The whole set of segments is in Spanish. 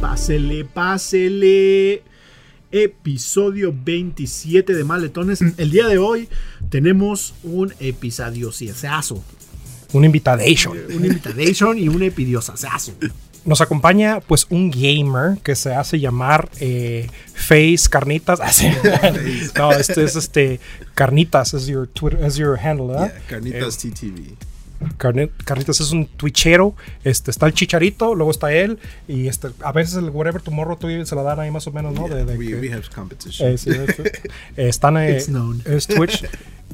Pásele, pásele. Episodio 27 de Maletones. El día de hoy tenemos un episodio ciesazo. Un invitation. Un invitation y un epidiosasazo. Nos acompaña pues un gamer que se hace llamar eh, Face Carnitas. Ah, sí. no, este es este Carnitas, es your Twitter, es your handle, ¿verdad? Yeah, Eh, Carnitas TTV. Carne- Carnitas es un twitchero, este, está el chicharito, luego está él, y este, a veces el Whatever Tomorrow tú se la dan ahí más o menos, ¿no? De- Yeah, de we, que- we have competition. eh, sí, es- eh, están eh, It's known. es Twitch.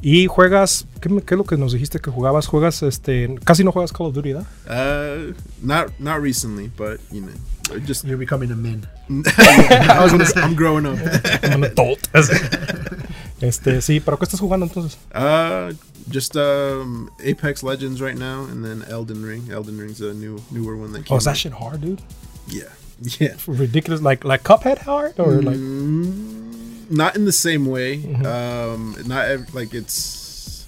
Y juegas, ¿qué, me- qué es lo que nos dijiste que jugabas? Juegas, este, casi no juegas Call of Duty, ¿verdad? Uh, not not recently, but you know, I just You're becoming a man. I was gonna say, I'm growing up. Como un adult. Este, sí, pero ¿qué estás jugando entonces? Uh, just um, Apex Legends right now, and then Elden Ring. Elden Ring's a new newer one that came. Oh, is that out. shit hard, dude? Yeah, yeah. Ridiculous, like, like Cuphead hard? Or like, Mm, not in the same way. Mm-hmm. Um, not ev- like it's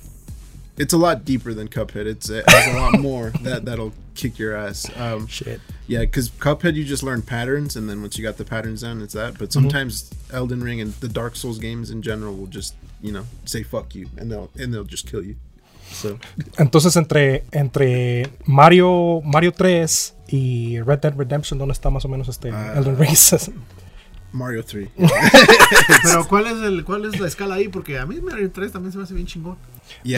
it's a lot deeper than Cuphead. It's it has a lot more that that'll kick your ass. Um, shit. Yeah, because Cuphead, you just learn patterns, and then once you got the patterns down, it's that. Mhm. But sometimes Elden Ring and the Dark Souls games in general will just, you know, say "fuck you" and they'll and they'll just kill you. So Entonces, entre, entre Mario, Mario 3 y Red Dead Redemption, ¿dónde está más o menos este Ah, Elden Ring? Mario Three, Pero ¿cuál es, el, ¿cuál es la escala ahí? Porque a mí Mario 3 también se me hace bien chingón. yeah,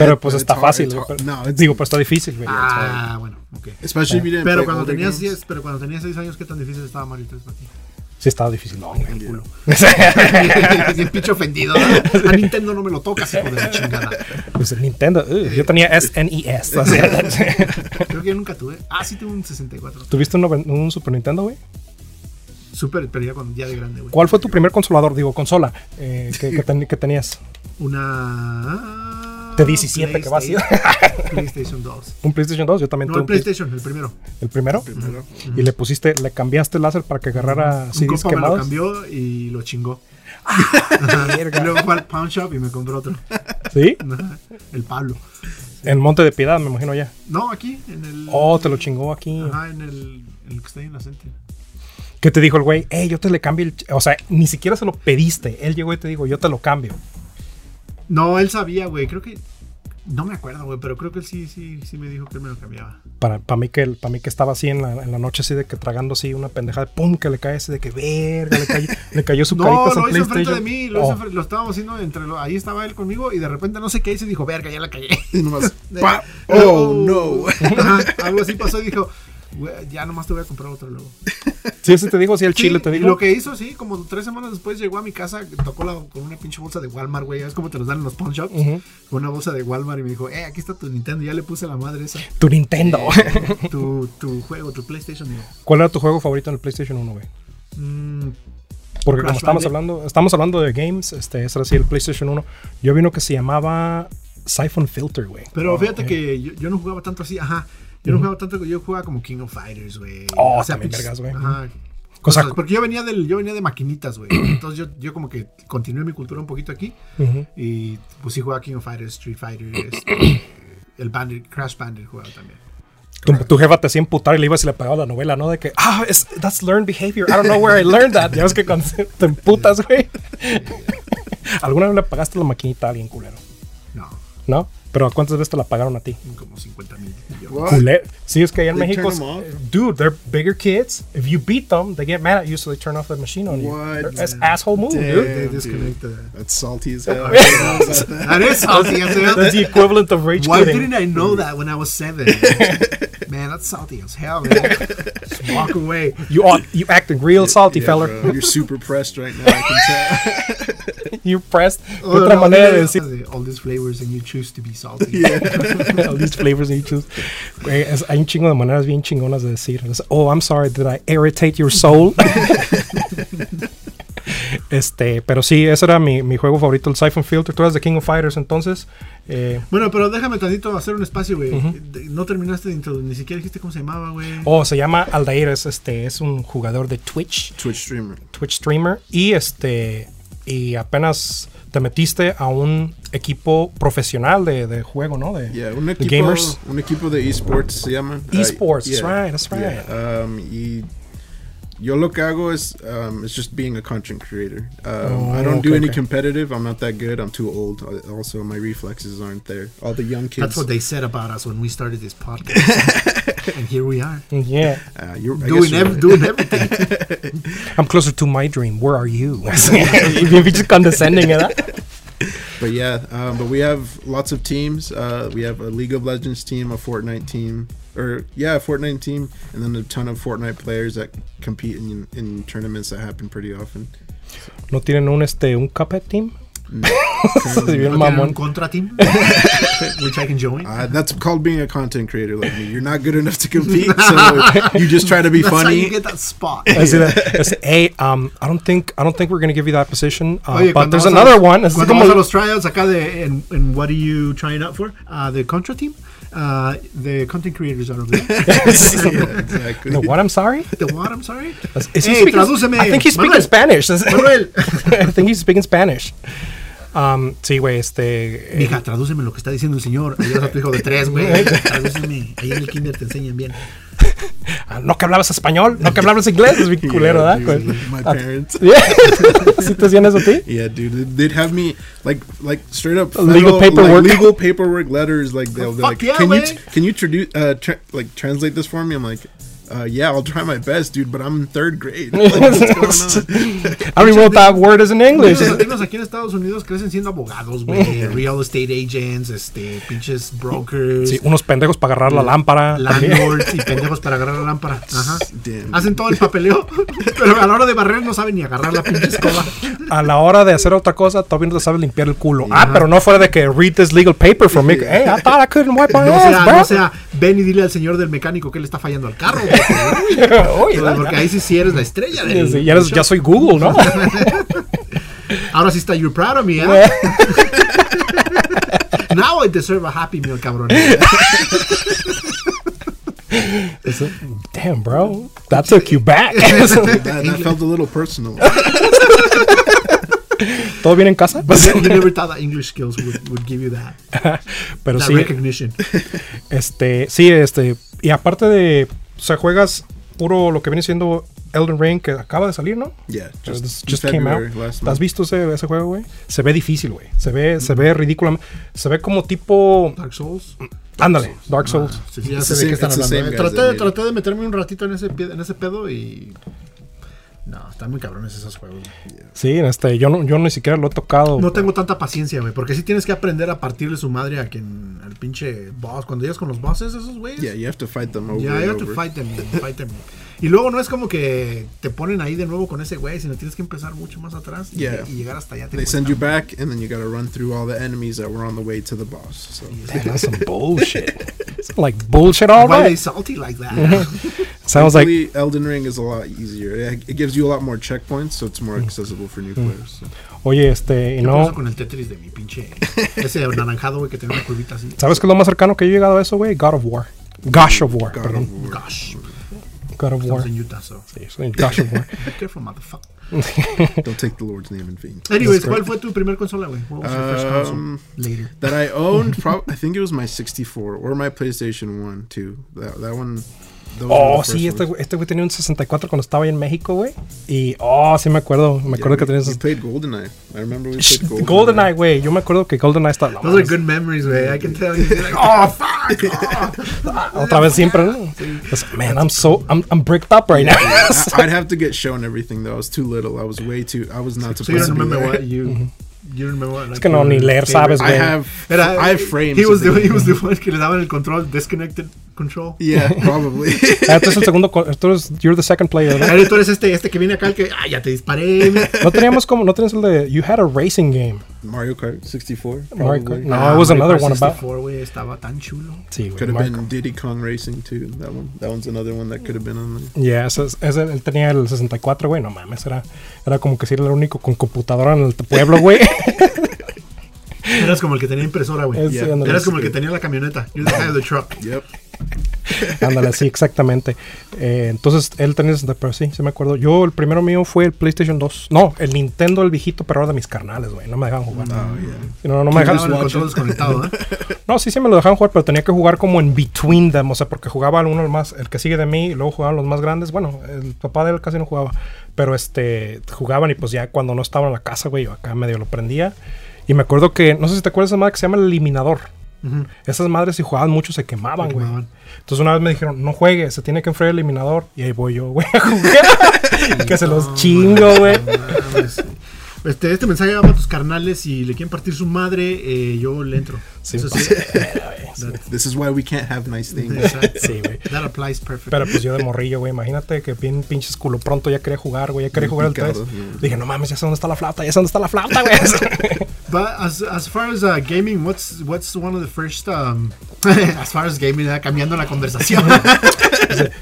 pero pues it's está hard- fácil. it's güey, hard- pero- No, it's, digo, pero está difícil. güey. Ah, bueno, ok. especially if you didn't. Pero play cuando, older tenías games. 10, pero cuando tenías 6 años, ¿qué tan difícil estaba Mario 3 para ti? Sí, estaba difícil. culo. Bien pinche ofendido. ¿no? A Nintendo no me lo tocas, hijo de la chingada. Pues el Nintendo, ugh, yo tenía SNES. o sea, Creo que yo nunca tuve. Ah, sí tuve un 64. ¿Tuviste un, noven- un Super Nintendo, güey? Súper, pero ya, cuando- ya de grande, güey. ¿Cuál fue tu primer consolador, digo, consola eh, que, que ten- que tenías? Una. De 17 que va a ser. PlayStation- PlayStation 2. ¿Un PlayStation 2? Yo también No, tuve el un Play- PlayStation, el primero. el primero. Y le pusiste, le cambiaste el láser para que agarrara Un CDs compa me lo quemados. cambió y lo chingó. verga. y luego fue al Pound Shop y me compró otro. ¿Sí? Ajá, el Pablo. En Monte de Piedad, me imagino ya. No, aquí, en el. Oh, te lo chingó aquí. Ajá, en el, en el que está ahí en la Central. ¿Qué te dijo el güey? Eh, yo te le cambio el... ch- O sea, ni siquiera se lo pediste. Él llegó y te dijo, yo te lo cambio. No, él sabía, güey. Creo que. No me acuerdo, güey, pero creo que él sí, sí, sí me dijo que él me lo cambiaba. Para, para, mí, que, el- para mí que estaba así en la, en la noche, así de que tragando así una pendejada. ¡Pum! Que le cae así de que verga. Le cayó, le cayó su No, carita lo al hizo enfrente PlayStation. de mí, lo, hizo Oh. enfre- lo estábamos haciendo entre lo- ahí estaba él conmigo y de repente no sé qué hizo y dijo, verga, ya la cagué. Y nomás, De- pa- oh no! Ajá, algo así pasó y dijo, "Güey, ya nomás te voy a comprar otro luego. Sí, ese te digo, sí, el chile Sí, te y digo. Lo que hizo, sí, como tres semanas después llegó a mi casa, tocó la- con una pinche bolsa de Walmart, güey. Ya ves cómo te los dan en los pawn shops. Ujú. Con una bolsa de Walmart y me dijo, eh, aquí está tu Nintendo, ya le puse la madre esa. Tu Nintendo. Tu, tu juego, tu PlayStation. Digo, ¿Cuál era tu juego favorito en el PlayStation 1, güey? "Mm, Porque Crash como estamos Bandicoot. hablando, estamos hablando de games, este, ese era así el PlayStation 1. Yo vi uno que se llamaba Siphon Filter, güey. Pero fíjate que yo, yo no jugaba tanto así, ajá. Yo no jugaba tanto, yo jugaba como King of Fighters, güey. pues, Oh, también vergas, güey. Ajá. Cosa- Cosas, porque yo venía del, yo venía de maquinitas, güey. Entonces yo, yo como que continué mi cultura un poquito aquí. Ujú. Y pues sí jugaba King of Fighters, Street Fighter, este, el Bandit, Crash Bandit jugaba también. Tu, tu jefa te hacía emputar y le ibas y le pagaba la novela, ¿no? De que, ah, es- that's learned behavior. I don't know where I learned that. Ya ves que cuando te emputas, güey. ¿Alguna vez le pagaste la maquinita a alguien culero? No, ¿No? Pero ¿a cuántas veces te la pagaron a ti? como 50 mil millones. What? Culé. Sí, es que allá en They México. turn 'em off? Dude, they're bigger kids. If you beat them, they get mad at you, so they turn off the machine on What? you. That's asshole move, dude. Damn, dude. Disconnected. That's salty as hell. That is salty as That's hell. the equivalent of rage Why quitting. didn't I know that when I was seven? man, that's salty as hell, man. Just walk away. You are, you acting real salty, Yeah, feller. bro, you're super pressed right now. I can tell. You pressed. Oh, de otra no, manera de no, decir. no, All these flavors and you choose to be salty. All these flavors and you choose. Güey, es- hay un chingo de maneras bien chingonas de decir. Es, oh, I'm sorry, did I irritate your soul? este, pero sí, ese era mi, mi juego favorito, el Siphon Filter. Tú eras de King of Fighters, entonces. Eh, Bueno, pero déjame tantito hacer un espacio, güey. De- No terminaste de introducir, ni siquiera dijiste cómo se llamaba, güey. oh, se llama Aldair, es, este, es un jugador de Twitch. Twitch streamer. Twitch streamer y este y apenas te metiste a un equipo profesional de, de juego, ¿no? De, Yeah, un de equipo, gamers. un equipo de esports se llama. Esports, yeah, that's right, that's yeah. Um, y Yo lo que hago is um, it's just being a content creator. Um, Oh, I don't do okay, any okay. competitive. I'm not that good. I'm too old. Uh, Also, my reflexes aren't there. All the young kids. That's what they said about us when we started this podcast. and here we are. Yeah. uh, you're, I Doing, guess you're ev- right. doing everything. I'm closer to my dream. Where are you? You're just condescending, ¿verdad? But yeah, um, but we have lots of teams. Uh, we have a League of Legends team, a Fortnite team, or yeah, a Fortnite team, and then a ton of Fortnite players that compete in, in tournaments that happen pretty often. ¿No tienen un, este, un Cuphead team? Mm. Currently, Bien ¿No tienen un mamón. Ah, contra team? Which I can join. Uh, that's called being a content creator like me. You're not good enough to compete, so you just try to be That's how you funny. get that spot. Así de- es, hey, um, I don't think, I don't think we're gonna give you that position, uh, Oye, but cuando there's vas a another los- one. Es Cuando como- vamos a los tryouts acá de en, en What Are You Trying Out For? Uh, the Contra Team. Uh, the content creators are over there. Yeah, exactly. No, what? I'm sorry. the what? I'm sorry. Is- is he Hey, speaking- Eh, tradúceme, I think he's speaking Manuel. Spanish. Manuel. I think he's speaking Spanish. Um, sí, güey, este. eh, Mija, tradúceme lo que está diciendo el señor. Ayudas a tu hijo de tres, güey. Tradúceme. Ahí en el kinder te enseñan bien. ah, no que hablabas español, no que hablabas inglés, es mi culero, Yeah, ¿verdad? dude, Pues, my ah, parents. yeah. ¿Sí te hacían eso a ti? Yeah, dude, they'd- they'd have me like like straight up Legal federal- paperwork. like, legal paperwork letters. Like they'll be fuck like, yeah, can you wey." t- can you traduce uh, tra- like translate this for me? I'm like, uh, yeah, I'll try my best, dude, but I'm in third grade. Like, what's going on? I don't even know what that word is in English. Muchos latinos aquí en Estados Unidos crecen siendo abogados, güey. Real estate agents, este, pinches brokers. Sí, unos pendejos para agarrar la lámpara. landlords y pendejos para agarrar la lámpara. Ajá. Damn. Hacen todo el papeleo, pero a la hora de barrer no saben ni agarrar la pinche escoba. A la hora de hacer otra cosa, todavía no te sabes limpiar el culo. Ah, pero no fuera de que read this legal paper for me. Hey, I thought I couldn't wipe my No ass, sea, bro. no sea, ven y dile al señor del mecánico que le está fallando al carro. güey. Oye, da- Pues, Porque ahí sí, sí eres la estrella. del- Sí, ya, eres- ya soy Google, ¿no? Ahora sí está You're Proud of Me, ¿eh? Now I deserve a Happy Meal, cabrón. Damn, bro. That took you back. that, that felt a little personal. ¿Todo bien en casa? Pues, You never thought that English skills would, would give you that, pero that Pues sí, recognition. este, sí, este. Y aparte de, o sea, juegas puro lo que viene siendo Elden Ring, que acaba de salir, ¿no? Yeah, Just, just, in came out. February, last ¿Has month. visto ese, ese juego, güey? Se ve difícil, güey. Se ve, se ve ridículo. Se ve como tipo. Dark Souls. Ah, Ah, Ándale, Dark Souls. Sí, sí, ya It's sé the de qué same- están it's the hablando. same Eh, guys Traté, that made it. traté de meterme un ratito en ese, pie- en ese pedo y. No, están muy cabrones esos juegos. güey. Sí, este, yo no, yo ni siquiera lo he tocado. No tengo tanta paciencia, güey, porque sí tienes que aprender a partirle su madre a quien. al pinche boss. Cuando llegas con los bosses, esos güeyes. Yeah, you have to fight them over. Ya, you and have to over. fight them, fight them. Y luego no es como que te ponen ahí de nuevo con ese güey, sino tienes que empezar mucho más atrás y, Yeah. y llegar hasta allá. te They send cuesta. you back, and then you got to run through all the enemies that were on the way to the boss. So Damn, that's some bullshit. It's like bullshit, all Why they right. salty like that? Sounds like Thankfully, Elden Ring is a lot easier. It, it gives you a lot more checkpoints, so it's Hmm. more accessible for new players. so. Oye, este, y ¿Qué pasa no. con el Tetris de mi pinche. Ese anaranjado, güey, que tiene una curvita así. ¿Sabes qué es lo más cercano que he llegado a eso, güey? God of War. Gosh of War, God perdón. of War. Gosh. God of War. Estamos en Utah, so. Sí, soy Gosh of War. Be careful, motherfucker. Don't take the Lord's name in vain. Anyways, ¿cuál correct. fue tu primer consola, güey? What was your first console? Um, Later. That I owned, prob- I think it was my 64 or my PlayStation 1 too. That that one. Oh, Those were the first sí, este ones. güey este güey tenía un 64 cuando estaba ahí en México, güey. Y, oh, sí me acuerdo. Me acuerdo We, que tenía we esos. played GoldenEye. I remember we Shh, played GoldenEye. GoldenEye, güey. Yo me acuerdo que GoldenEye estaba. no Those are mames, good memories, güey. I can tell you. You're like, oh, fuck. oh." Otra vez siempre, ¿no? Pues, Man, I'm so. I'm, I'm bricked up right now. I, would have to get shown everything though. I was too little. I was way too. I was not So you pues, supposed don't to be remember there. what you... You don't remember what, like, que no, your ni leer favorite- sabes, I güey. have. Era, I framed. He was, the, something. he was the one que le daban el control, disconnected control. Yeah, probably. Ah, Tú eres el segundo. co- Tú eres. You're the second player, ¿no? A ver, tú eres este, este que viene acá, el que, ah, ya te disparé. güey. No teníamos como. No tenías el de. You had a racing game. Mario Kart 64. Mario Kart. Probably. No, Ah, it was Mario another Kart one about. 64, güey, estaba tan chulo. Sí, güey. Could have Mario been Diddy Kong Racing too. That one. That one's another one that could have been on there. Ya, ese, ese- él tenía el 64, güey, no mames, era, era como que sí era el único con computadora en el pueblo, güey. Eras como el que tenía impresora, güey. Ese, ándale. Eras como el que tenía la camioneta. You're the guy of the truck. Yep. Ándale, sí, exactamente. Eh, entonces, él tenía el 60, pero sí, se me acuerdo. Yo, el primero mío fue el PlayStation 2. No, el Nintendo, el viejito, pero ahora de mis carnales, güey. No me dejaban jugar. Oh, yeah. Si No, no me dejaban Dejaban el control desconectado, ¿eh? No, sí, sí me lo dejaban jugar, pero tenía que jugar como en between them, o sea, porque jugaba el uno al más, el que sigue de mí, y luego jugaban los más grandes. Bueno, el papá de él casi no jugaba, pero este, jugaban y pues ya cuando no estaba en la casa, güey, yo acá medio lo prendía. Y me acuerdo que, no sé si te acuerdas de esa madre que se llama el eliminador. Esas madres si jugaban mucho se quemaban, Se güey. quemaban. Entonces una vez me dijeron, no juegue, se tiene que enfriar el eliminador. Y ahí voy yo, güey, a jugar. que se los chingo, güey. Mames. Este, este mensaje va para tus carnales. Si le quieren partir su madre, eh, yo le entro. Sí, Eso pues, This is why we can't have nice things. Exacto. Sí, güey. That applies perfect. Pero pues yo de morrillo, güey, imagínate que bien pinches culo pronto ya quería jugar, güey, ya quería jugar al 3. picado, sí. Dije, no mames, ya sé dónde está la flauta, ya sé dónde está la flauta, güey. But as, as far as uh, gaming, what's what's one of the first um, as far as gaming, eh, cambiando la conversación.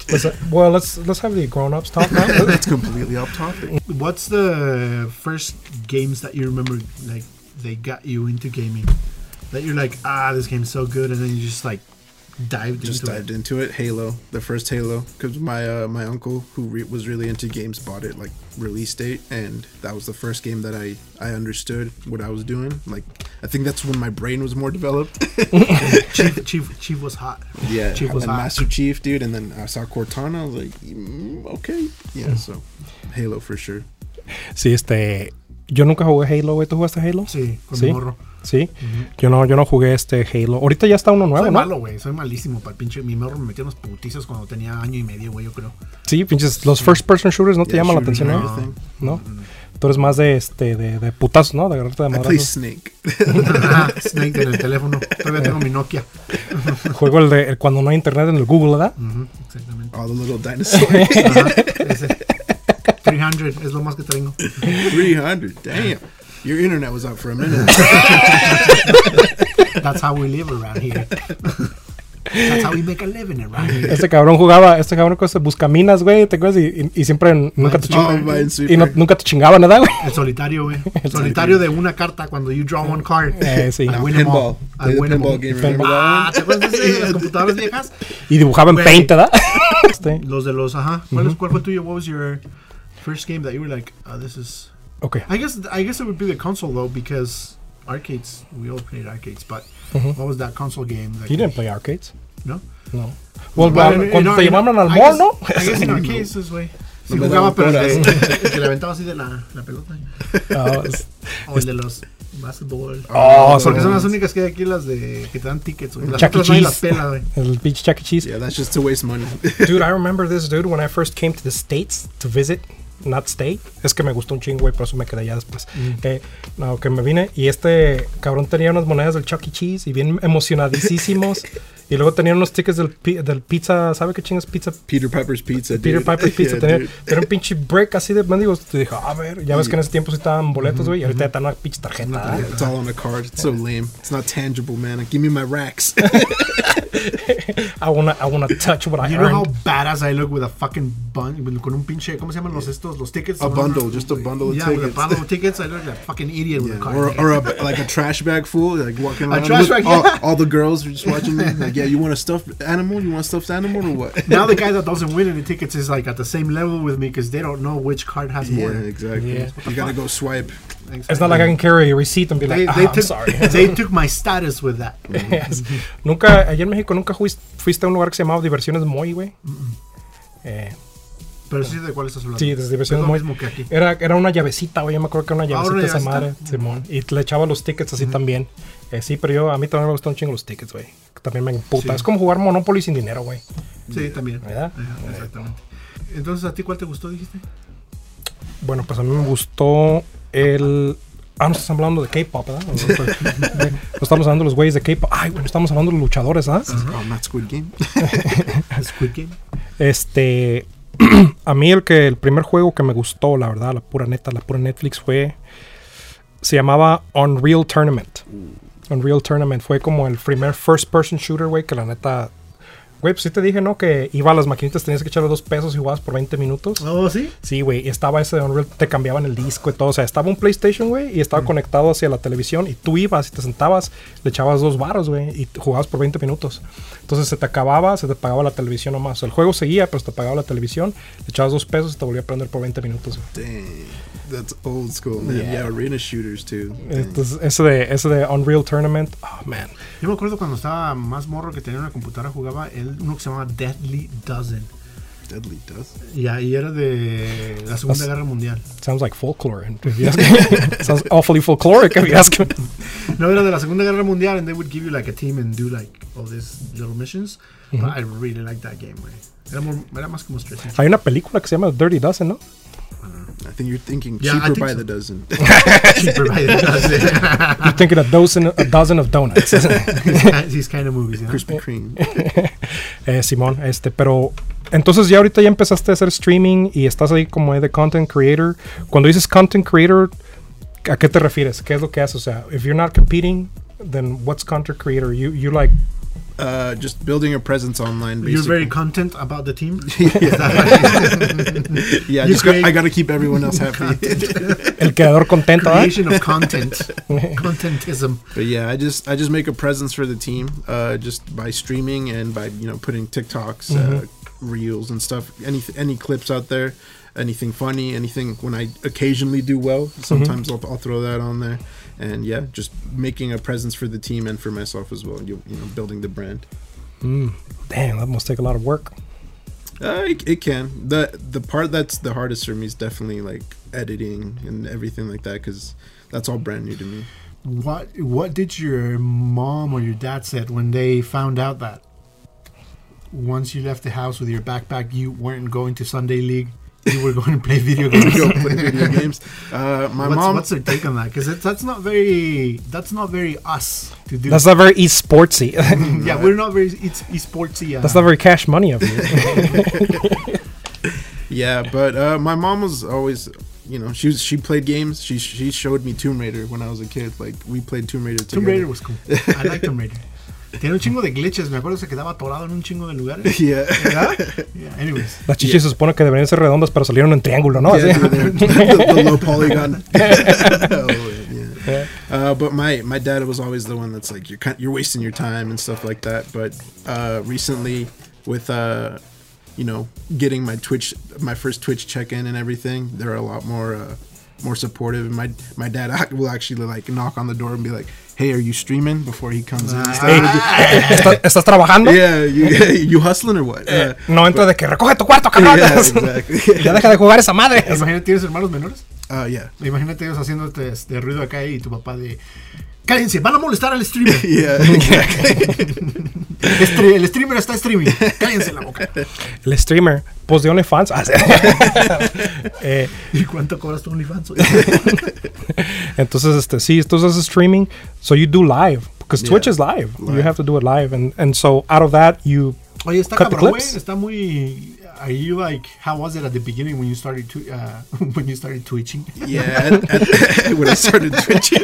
Pues, eh, well, let's, let's have the grown-ups talk now. That's completely off topic. what's the first games that you remember like they got you into gaming? That you're like, ah, this game's so good, and then you just like dived Just into it. dived into it. Halo, the first Halo, because my uh, my uncle who re- was really into games bought it like release date, and that was the first game that I I understood what I was doing. Like I think that's when my brain was more developed. Chief, Chief, Chief was hot. yeah, Chief was and hot. Master Chief, dude, and then I saw Cortana. I was like, mm, okay, Hmm. yeah. So Halo for sure. Sí, este, yo nunca jugué Halo, güey, ¿tú jugaste Halo? Sí, con Sí. mi morro. Sí, yo no, yo no jugué este Halo. Ahorita ya está uno nuevo, Soy ¿no? malo, güey. Soy malísimo para pinche. Mi morro me metió unos putizos cuando tenía año y medio, güey, yo creo. Sí, pinches, los first person shooters no te Yeah, llaman la shooters atención, and ¿no? Ah, everything. No. Tú eres más de este, de, de putazos, ¿no? De agarrarte de I play madrazos. Snake. Ah, Snake en el teléfono. Todavía tengo mi Nokia. Juego el de el cuando no hay internet en el Google, ¿verdad? Ujú, exactamente. All the little dinosaurs. Ajá, ese. 300 es lo más que tengo. 300. Damn. Your internet was out for a minute. That's how we live around here. That's how we make a living around here. Este cabrón jugaba, este cabrón cosa, buscaminas, güey, ¿te acuerdas? Y, y- y siempre en- nunca te oh, chingaban. Minesweeper. Y no- nunca te chingaban, ¿verdad, güey? El solitario, güey. El solitario de una carta cuando you draw one card. Eh, sí. I No, win 'em all. Ah, pinball. I Play the win 'em all. pinball game. Remember Ah, that ¿te acuerdas de ese de las computadoras viejas? Y dibujaban Güey. paint, ¿verdad? Este, Los de los, ajá. ¿Cuál, es, ¿Cuál fue tuyo? What was your first game that you were like, oh, this is ok. I guess I guess it would be the console though because arcades we all played arcades, but what was that console game? That You didn't play arcades. No. eh, No. Well, Well, cuando- in- cuando in- te in- llevaban al I mall, guess- ¿no? I guess in arcades this way. Sí, me jugaba, daban pero el horas. de- el que le aventaba así de la, la pelota. Ah, es- O el de los basketball. Ah, Oh, Porque son son- las únicas que hay aquí las de que te dan tickets, güey. Las Chuck E. otras nadie las Cheese. pela, güey. El pinche Chuck E. Cheese. Yeah, that's just to waste money. Dude, I remember this dude when I first came to the States to visit, not stay. Es que me gustó un chingo, güey, por eso me quedé allá después. Mm. Eh, no, que me vine y este cabrón tenía unas monedas del Chuck E. Cheese y bien emocionadísimos. y luego tenía unos tickets del, pi- del pizza, ¿sabe qué chingas pizza? Peter Piper's Pizza. Peter dude. Piper Pizza Yeah, tenía, dude. tenía un pinche break así de mendigos. Te dije, a ver, ya ves que en ese tiempo sí estaban boletos, güey, y ahorita ya están una pinche tarjeta. Yeah, it's all on a card. It's so lame. It's not tangible, man. Like, give me my racks. I wanna, I wanna touch what I You know how earned. badass I look with a fucking bun, con un pinche, ¿cómo se llaman los estos? Los tickets. A bundle, just a bundle of yeah, with a tickets. bundle of tickets, I look like a fucking idiot with a card. or or a, like a trash bag full, like walking around. trash Look, bag, all, yeah. all the girls are just watching me. Like, yeah, you want a stuffed animal? You want a stuffed animal or what? now the guy that doesn't win any tickets is like at the same level with me because they don't know which card has Yeah, more. exactly. Yeah. You gotta go swipe. Thanks. It's not like I can carry a receipt and be Mm. they, like, ah, they I'm took, sorry. they took my status with that. Yes. Nunca, allá en México, nunca fuiste, fuiste a un lugar que se llamaba Diversiones Moy, güey. Eh, Pero sí, ¿de cuál estás hablando? sí, desde Diversiones Es lo Moy. mismo que aquí. Era, era una llavecita, güey. Yo me acuerdo que era una Ah, llavecita una esa llavecita. madre, Simón. Y le echaba los tickets así también. Eh, sí, pero yo, a mí también me gustan un chingo los tickets, güey. que También me emputa. Sí. Es como jugar Monopoly sin dinero, güey. Sí, también. ¿Verdad? Ajá, Exactamente. Entonces, ¿a ti cuál te gustó, dijiste? Bueno, pues a mí me gustó el. Ah, no estamos hablando de K-pop, ¿verdad? No, no, no estamos hablando de los güeyes de K-pop. Ay, bueno, estamos hablando de los luchadores, ¿ah? Uh-huh. Oh, not Squid Game. Squid Game. Este, a mí el que el primer juego que me gustó, la verdad, la pura neta, la pura Netflix fue se llamaba Unreal Tournament. Unreal Tournament fue como el primer first person shooter, güey, que la neta Güey, pues sí te dije, ¿no? Que iba a las maquinitas, tenías que echarle dos pesos y jugabas por 20 minutos. ¿Oh, sí? Sí, güey, y estaba ese de Unreal, te cambiaban el disco y todo. O sea, estaba un PlayStation, güey, y estaba conectado hacia la televisión. Y tú ibas y te sentabas, le echabas dos barros, güey, y t- jugabas por 20 minutos. Entonces se te acababa, se te pagaba la televisión nomás. O sea, el juego seguía, pero se te pagaba la televisión, le echabas dos pesos y te volvía a prender por 20 minutos. güey. Dang, that's old school, man. Yeah, arena shooters too. Dang. Entonces, ese de, ese de Unreal Tournament, oh man. Yo me acuerdo cuando estaba más morro que tenía una computadora, jugaba el, uno que se llamaba Deadly Dozen. Deadly Dust. Y ahí era de la Segunda Guerra Mundial. Sounds like folklore. if you ask me. Sounds awfully folkloric if you ask me. No, era de la Segunda Guerra Mundial, and they would give you like a team and do like all these little missions. But I really liked that game, güey. Era, more- era más como strategic. Hay una película que se llama Dirty Dozen, ¿no? I think you're thinking Yeah, I cheaper think by so. the dozen. Cheaper by the dozen. You're thinking a dozen, a dozen of donuts. These kind of movies, you know? Krispy Kreme. Eh, Simón, este, pero entonces ya ahorita ya empezaste a hacer streaming y estás ahí como de content creator. Cuando dices content creator, ¿a qué te refieres? ¿Qué es lo que haces? O sea, if you're not competing, then what's content creator? You you like Uh, just building a presence online, basically. You're very content about the team. yeah, you just got, create- I gotta keep everyone else happy. el creador contento, ¿eh? ¿verdad? Creation of content. Contentism. But yeah, I just I just make a presence for the team, uh, just by streaming and by you know putting TikToks, uh, Mm-hmm. reels and stuff. Any any clips out there, anything funny, anything when I occasionally do well, Mm-hmm. sometimes I'll, I'll throw that on there. And yeah, just making a presence for the team and for myself as well. You, you know, building the brand. Damn, that must take a lot of work. Uh, it, it can. the The part that's the hardest for me is definitely like editing and everything like that because that's all brand new to me. What What did your mom or your dad said when they found out that once you left the house with your backpack, you weren't going to Sunday league. You were going to play video games. Go play video games. Uh, my What's, mom. what's their take on that? Because that's not very that's not very us to do. That's not very esportsy. yeah, we're not very it's esportsy. Uh, That's not very cash money of you. Yeah, but uh, my mom was always, you know, she was she played games. She she showed me Tomb Raider when I was a kid. Like we played Tomb Raider together. Tomb Raider was cool. I like Tomb Raider. Tenía un chingo de glitches. Me acuerdo que se quedaba atorado en un chingo de lugares. Yeah. ¿Verdad? Yeah, anyways. Las chichis se supone que deberían ser redondas, pero salieron en triángulo, ¿no? Yeah, Así. they were there. the, the low polygon. Oh, yeah. Uh, but my, my dad was always the one that's like you're kind, you're wasting your time and stuff like that. But uh, recently, with uh, you know getting my Twitch my first Twitch check in and everything, they're a lot more uh, more supportive. And my my dad ac- will actually like knock on the door and be like, "Hey, are you streaming?" Before he comes in. and stuff. ¿Estás, estás trabajando? Yeah, you, you hustling or what? Uh, No entra de que recoge tu cuarto, cabrón. yeah, exactly. ya deja de jugar esa madre. Imagínate, tienes hermanos menores. Uh, yeah. Imagínate ellos haciéndote este ruido acá y tu papá de. Cállense, van a molestar al streamer. Yeah, exactly. Estre- el streamer está streaming. Cállense la boca. El streamer, pues de OnlyFans. Ah, sí. Eh, ¿Y cuánto cobras tu OnlyFans? entonces, este, sí, entonces es streaming. So you do live. Because Twitch is live. You Live. have to do it live. And, and so out of that, you. Oye, está Cut the cabrón, güey. clips. Está muy. Are you like, how was it at the beginning when you started to, uh, when you started twitching? Yeah, at- at- when I started twitching.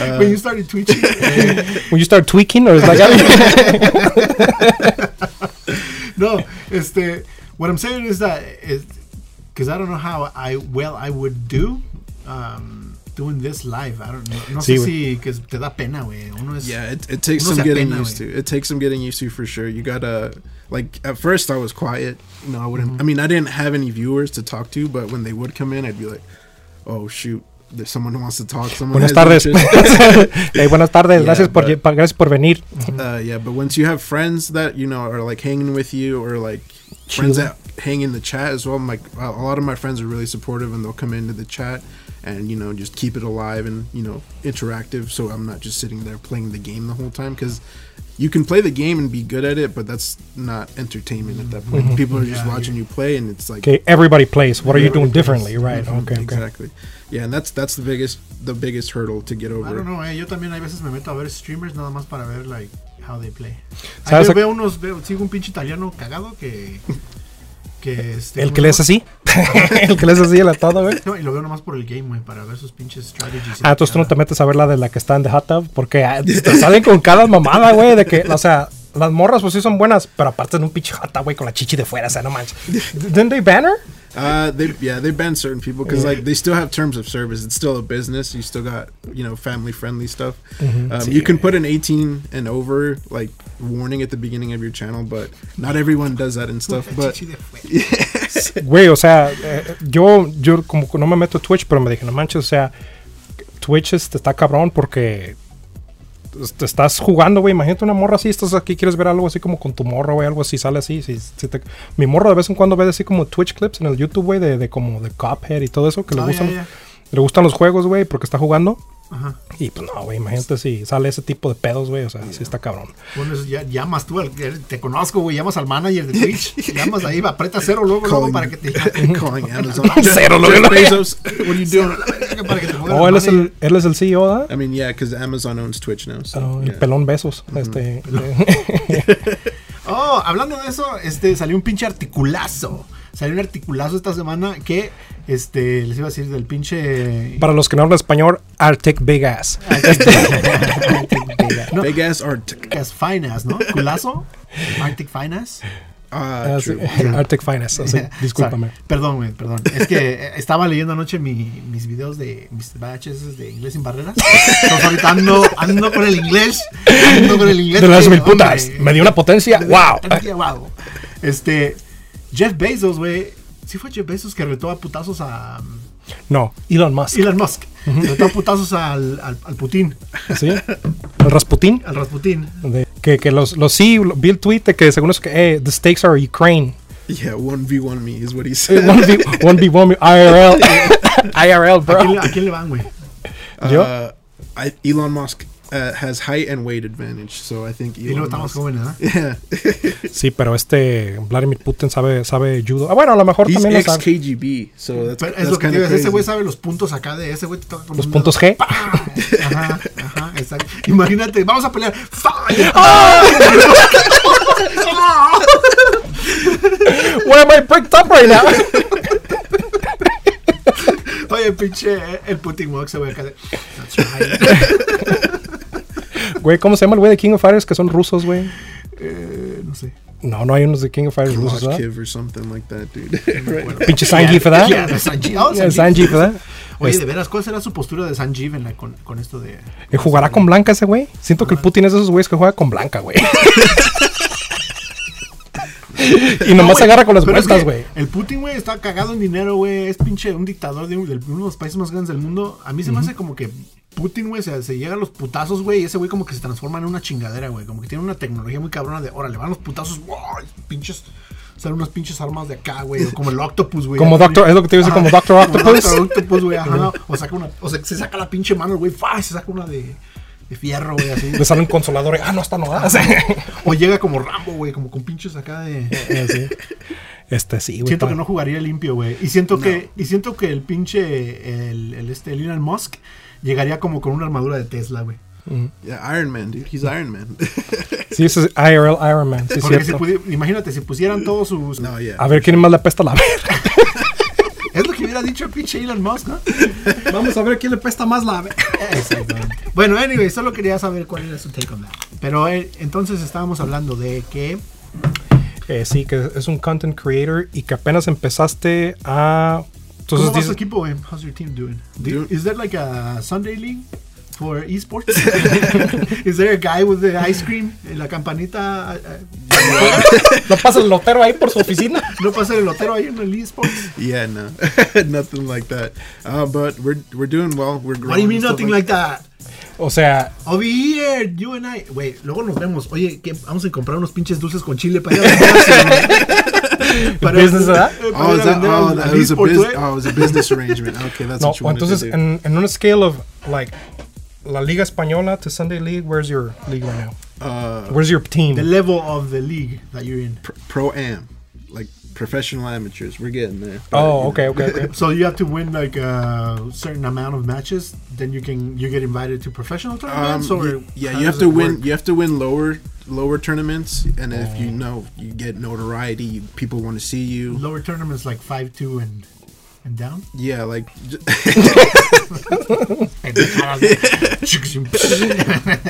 Ah. when you started twitching, When you start tweaking, or it's like. no, este, what I'm saying is that because I don't know how I well I would do um, doing this live. I don't know. No Sí, sé güey. si que te da pena, güey. Uno es Yeah, it, it takes Uno se some getting apena, used güey. to. It takes some getting used to for sure. You gotta like at first I was quiet. You know, I wouldn't. I mean, I didn't have any viewers to talk to, but when they would come in, I'd be like, "Oh shoot, there's someone who wants to talk." Someone Buenas has tardes. interest." Eh, buenas tardes. Yeah, gracias, por, but- pa- gracias por venir. uh, yeah, but once you have friends that you know are like hanging with you, or like friends that hang in the chat as well, I'm like a a lot of my friends are really supportive, and they'll come into the chat and you know just keep it alive and you know interactive. So I'm not just sitting there playing the game the whole time because you can play the game and be good at it, but that's not entertainment at that point. People are just Mm-hmm. Yeah, watching you play, and it's like Mm-hmm. Okay, everybody plays. What are you doing differently? Right. Okay, okay. Mm-hmm. exactly, yeah, and that's that's the biggest the biggest hurdle to get I don't over. know, eh, Yo también a veces me meto a ver streamers nada más para ver, like, how they play. Ahí ¿Sabes yo a- veo unos, veo, sigo un pinche italiano cagado que. que este, El ¿cómo que se le es llama? así. el que le es así el atado, güey. No, y lo veo nomás por el game, güey, para ver sus pinches strategies. Ah, entonces tú no te metes a ver la de la que está en The Hot Tub, porque ah, te salen con cada mamada, güey, de que, o sea, Las morras, pues sí son buenas, pero aparte de un pinche jata, güey, con la chichi de fuera, o sea, no manches. ¿Didn't they ban her? Uh, they yeah they ban certain people because like they still have terms of service. It's still a business. You still got you know family friendly stuff. Um, you can put an 18 and over like warning at the beginning of your channel, but not everyone does that and stuff. But Güey, o sea, eh, yo, yo como que no me meto a Twitch, pero me dije, no manches, o sea, Twitch este, está cabrón porque te estás jugando, güey. Imagínate una morra así, estás aquí, quieres ver algo así como con tu morra, güey, algo así, sale así. Si, si te- Mi morra de vez en cuando ve así como Twitch clips en el YouTube, güey, de, de como de Cuphead y todo eso, que le, Oh, gustan, ya, ya. le gustan los juegos, güey, porque está jugando. Ajá. Y pues no, güey, imagínate si sale ese tipo de pedos, güey, o sea, sí está cabrón. Bueno, eso ya, llamas tú, al, eh, te conozco, güey. Llamas al manager de Twitch. llamas ahí, aprieta cero luego, luego calling, para que te calling Amazon. Cero, lo veo. Bezos, what are you doing? para que te pongan Oh, al él es, manager. el, él es el CEO, ¿da? I mean, yeah, because Amazon owns Twitch now. So Oh, el yeah. pelón besos. este, Oh, hablando de eso, este salió un pinche articulazo. Salió un articulazo esta semana que este les iba a decir del pinche este, Para los que no hablan español, Arctic Big Ass. Ah, no, Big ass Arctic. que es Finance, ¿no? Culazo. Arctic Finance. Ah, Así- true. Arctic Finance, así, discúlpame. Sorry. Perdón, güey, perdón. Es que eh, estaba leyendo anoche mi- mis videos de mis VHS de inglés sin barreras. Entonces ahorita ando, ando con el inglés. Ando con el inglés. De las que, mil putas, hombre, me dio una potencia, wow. Tía, wow. Este, Jeff Bezos, güey. Sí fue Jeff Bezos que retó a putazos a um, No, Elon Musk, Elon Musk. Retó a putazos al, al, al Putin, ¿sí? El Rasputin, al Rasputin. de- que, que los, los sí, lo- vi el tweet de que según eso que, eh, the stakes are Ukraine. Yeah, 1v1 me is what he said. 1v1, 1v1, IRL, ¿A quién, IRL, le- bro. a quién le van, güey? Yo, Uh, I, Elon Musk uh, has height and weight advantage, so I think Y luego Elon estamos Musk. jóvenes, ¿verdad? sí, pero este Vladimir Putin sabe, sabe judo. Ah, bueno, a lo mejor He's también lo ex sabe. KGB, so that's, Pero es that's lo que te kind digo, of es, crazy. ese güey sabe los puntos acá de ese güey. te toca con Los un puntos dedo. G. ¡Pah! Ah, Ajá, ajá, exacto. Imagínate, vamos a pelear. ¡Fa! Why am I bricked up right now? Oye, pinche, eh, el Putin Walk se güey acá. de, That's right. Güey, ¿cómo se llama el güey de King of Fighters que son rusos, güey? Eh, no sé. No, no hay unos de King of Fighters rusos, ¿verdad? Lodkiv or something like that, dude. right. Pinche Sanji, ¿verdad? Yeah, the Sanji. Oh, Yeah, Sanji. Sanji, ¿verdad? Oye, Este- de veras, ¿cuál será su postura de Sanji en la- con, con esto de. Eh, ¿Jugará con blanca ese güey? Siento que el Putin es de esos güeyes que juega con blanca, güey. y No, nomás güey, se agarra con las pero es vueltas, que güey. El Putin, güey, está cagado en dinero, güey. Es pinche un dictador de, un- de uno de los países más grandes del mundo. A mí se me hace como que Putin, güey, se, se llega a los putazos, güey. Y ese güey como que se transforma en una chingadera, güey. Como que tiene una tecnología muy cabrona de, órale, van los putazos, ¡guau! pinches... Salen unas pinches armas de acá, güey. o Como el Octopus, güey. Como así. Doctor- es lo que te iba a decir, Ajá, como Doctor Octopus. Doctor Octopus, güey, ajá. O saca una... O sea, se saca la pinche mano, güey. ¡fa! y Se saca una de... De fierro, güey, así. Le salen consoladores. Ah, no, está no. ah, sí. O llega como Rambo, güey, como con pinches acá de. Así. Eh, Este sí, güey. Siento está- que no jugaría limpio, güey. Y siento que y siento que el pinche el, el este el Elon Musk llegaría como con una armadura de Tesla, güey. Yeah, Iron Man, dude. He's Iron Man. Sí, ese es IRL Iron Man. Sí, es Porque si cierto. Mm. pudi- imagínate si pusieran todos sus no, yeah. A ver quién más le apesta la verga. es lo que hubiera dicho el pinche Elon Musk, ¿no? Vamos a ver quién le presta más la Exactamente. Bueno, anyway, solo quería saber cuál era su take on that. Pero eh, entonces estábamos hablando de que Eh, sí, que es un content creator y que apenas empezaste a. ¿Cómo Entonces va su dices. equipo, güey? How's your team doing? Do- Dude. Is there like a Sunday league for esports? Is there a guy with the ice cream en la campanita? eh, eh, No pasa el lotero ahí por su oficina. ¿No pasa el lotero ahí en el esports? Yeah, no, nothing like that. Uh, but we're we're doing well. We're growing. What do you mean and stuff nothing like that? O sea, Over here, you and I. Güey, luego nos vemos. Oye, ¿qué? vamos a comprar unos pinches dulces con chile para ir a vender. Para- Business, ¿verdad? eh, para Oh, ir is a that, vender oh, al- that al was a esports, business. güey. Oh, it was a business arrangement. Okay, that's No, what you o wanted entonces to do. en, en una scale of like la liga española to Sunday League, where's your league right now? uh, Where's your team? The level of the league that you're in. pr- pro am, like professional amateurs. We're getting there. but, um, oh, you okay, know. okay, okay. So you have to win like a certain amount of matches, then you can you get invited to professional Um, tournaments. or y- yeah, how you have does to it win. work? You have to win lower lower tournaments, and if Oh. you know you get notoriety, you, people want to see you. Lower tournaments like five two and and down. Yeah, like j- And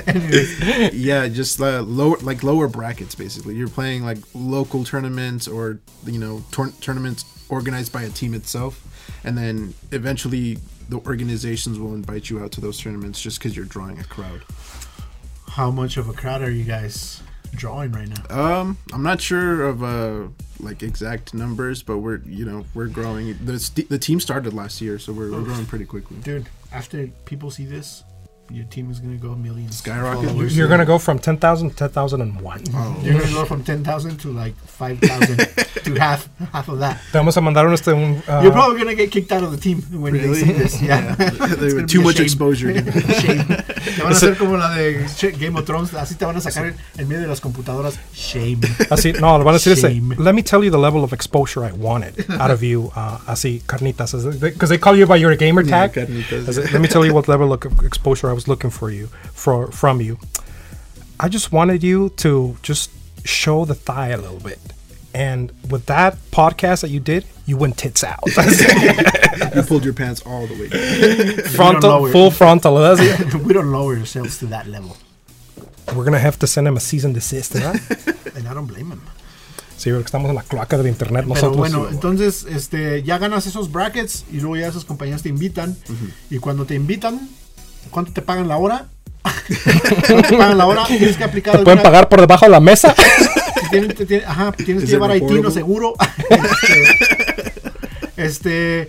Anyways, yeah, just uh, lower like lower brackets basically. You're playing like local tournaments or you know tour- tournaments organized by a team itself, and then eventually the organizations will invite you out to those tournaments just because you're drawing a crowd. how much of a crowd are you guys drawing right now? Um, I'm not sure of uh like exact numbers, but we're you know we're growing. The st- the team started last year, so we're, we're growing pretty quickly. Dude, after people see this, your team is gonna go millions. Skyrocket. followers. You're gonna go from ten thousand to ten thousand and one. Oh. You're gonna go from ten thousand to like five thousand to half half of that. Te vamos a mandar un este un. ah, You're probably gonna get kicked out of the team when Really? they see this. Yeah, They It's were gonna be too a much shame. exposure. Shame. Te van a hacer como la de Sh- Game of Thrones, así te van a sacar en- en medio de las computadoras. Shame. Así, no, le van a decir ese, Shame. Let me tell you the level of exposure I wanted out of you, uh, así, carnitas. Because they call you by your gamer Yeah, tag. carnitas, Así, Let me tell you what level of exposure I was looking for you, for, from you. I just wanted you to just show the thigh a little bit. And with that podcast that you did, you went tits out. You pulled your pants all the way. down. frontal, lower. full frontal. Así, we don't lower ourselves to that level, We're going to have to send him a season desist, ¿verdad? and I don't blame him. Sí, porque estamos en la cloaca del internet Pero nosotros. bueno, entonces este, ya ganas esos brackets y luego ya esas compañías te invitan. Y cuando te invitan, ¿cuánto te pagan la hora? ¿Cuánto te pagan la hora? Tienes que aplicar ¿Te pueden alguna- pagar por debajo de la mesa? si tienen- te tienen- ajá, tienes Is que it llevar haitino reportable? seguro. este, este,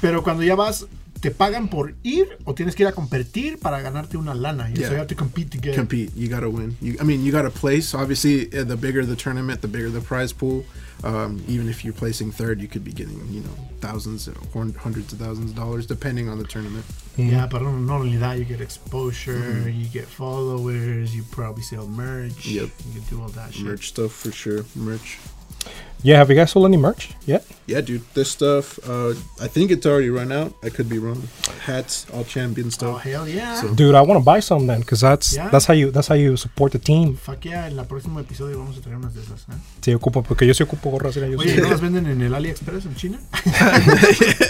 Pero cuando ya vas, ¿te pagan por ir o tienes que ir a competir para ganarte una lana? Y Yeah. eso ya te compete together. Compete. You gotta win. You, I mean, you gotta place. Obviously, uh, the bigger the tournament, the bigger the prize pool. Um, even if you're placing third, you could be getting you know thousands, or hun- hundreds of thousands of dollars, depending on the tournament. Yeah, but not not only that, you get exposure, you get followers, you probably sell merch, Mm-hmm. Yep. you do all that shit. Merch stuff for sure. Merch. Yeah, have you guys sold any merch yet? Yeah, dude, this stuff. Uh, I think it's already run out. I could be wrong. Hats, all champion Oh stuff. hell yeah! So- Dude, I want to buy some then, cause that's Yeah. that's how you that's how you support the team. Fuck yeah, en el próximo episodio vamos a traer unas de esas. ¿eh? Sí, ocupo porque yo sí ocupo gorras. mira, yo Oye, sí. ¿no las venden en el AliExpress en China?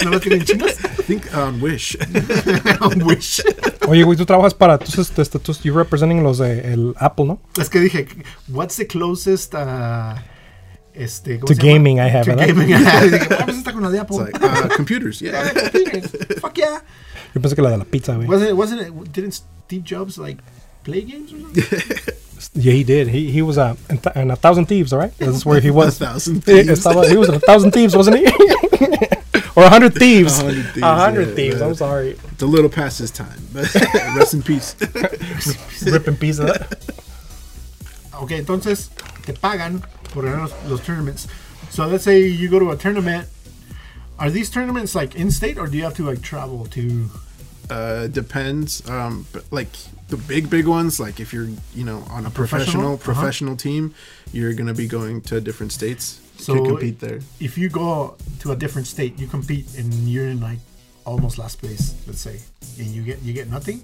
¿No las tienen chinas? I think on Wish. Wish. Oye, güey, tú trabajas para tú, este, este, tú you're representing los de el Apple, ¿no? Es que dije, what's the closest uh, este, ¿cómo To se llama? gaming I have, To ¿verdad? gaming I have. Y dije, vamos está con la de Apple. It's like uh, computers. Yeah. Fuck yeah. Yo pensé que la de la pizza, güey. Wasn't it, wasn't it, didn't Steve Jobs like play games or something? Yeah, he did. He he was uh, in, th- in a thousand thieves, all right? That's where he was. A thousand He, thieves. estaba, he was in a thousand thieves, wasn't he? or a hundred thieves. A A hundred thieves, hundred yeah, thieves. yeah. I'm sorry. It's a little past his time, but rest in peace. Ripping pizza. Ok, entonces te pagan por ganar los, los tournaments. So let's say you go to a tournament. Are these tournaments like in state or do you have to like travel to? Uh, depends. Um, but like the big, big ones, like if you're, you know, on a, professional professional? Uh-huh. professional, team, you're gonna be going to different states So- to compete there. If you go to a different state, you compete and you're in like almost last place, let's say, and you get you get nothing.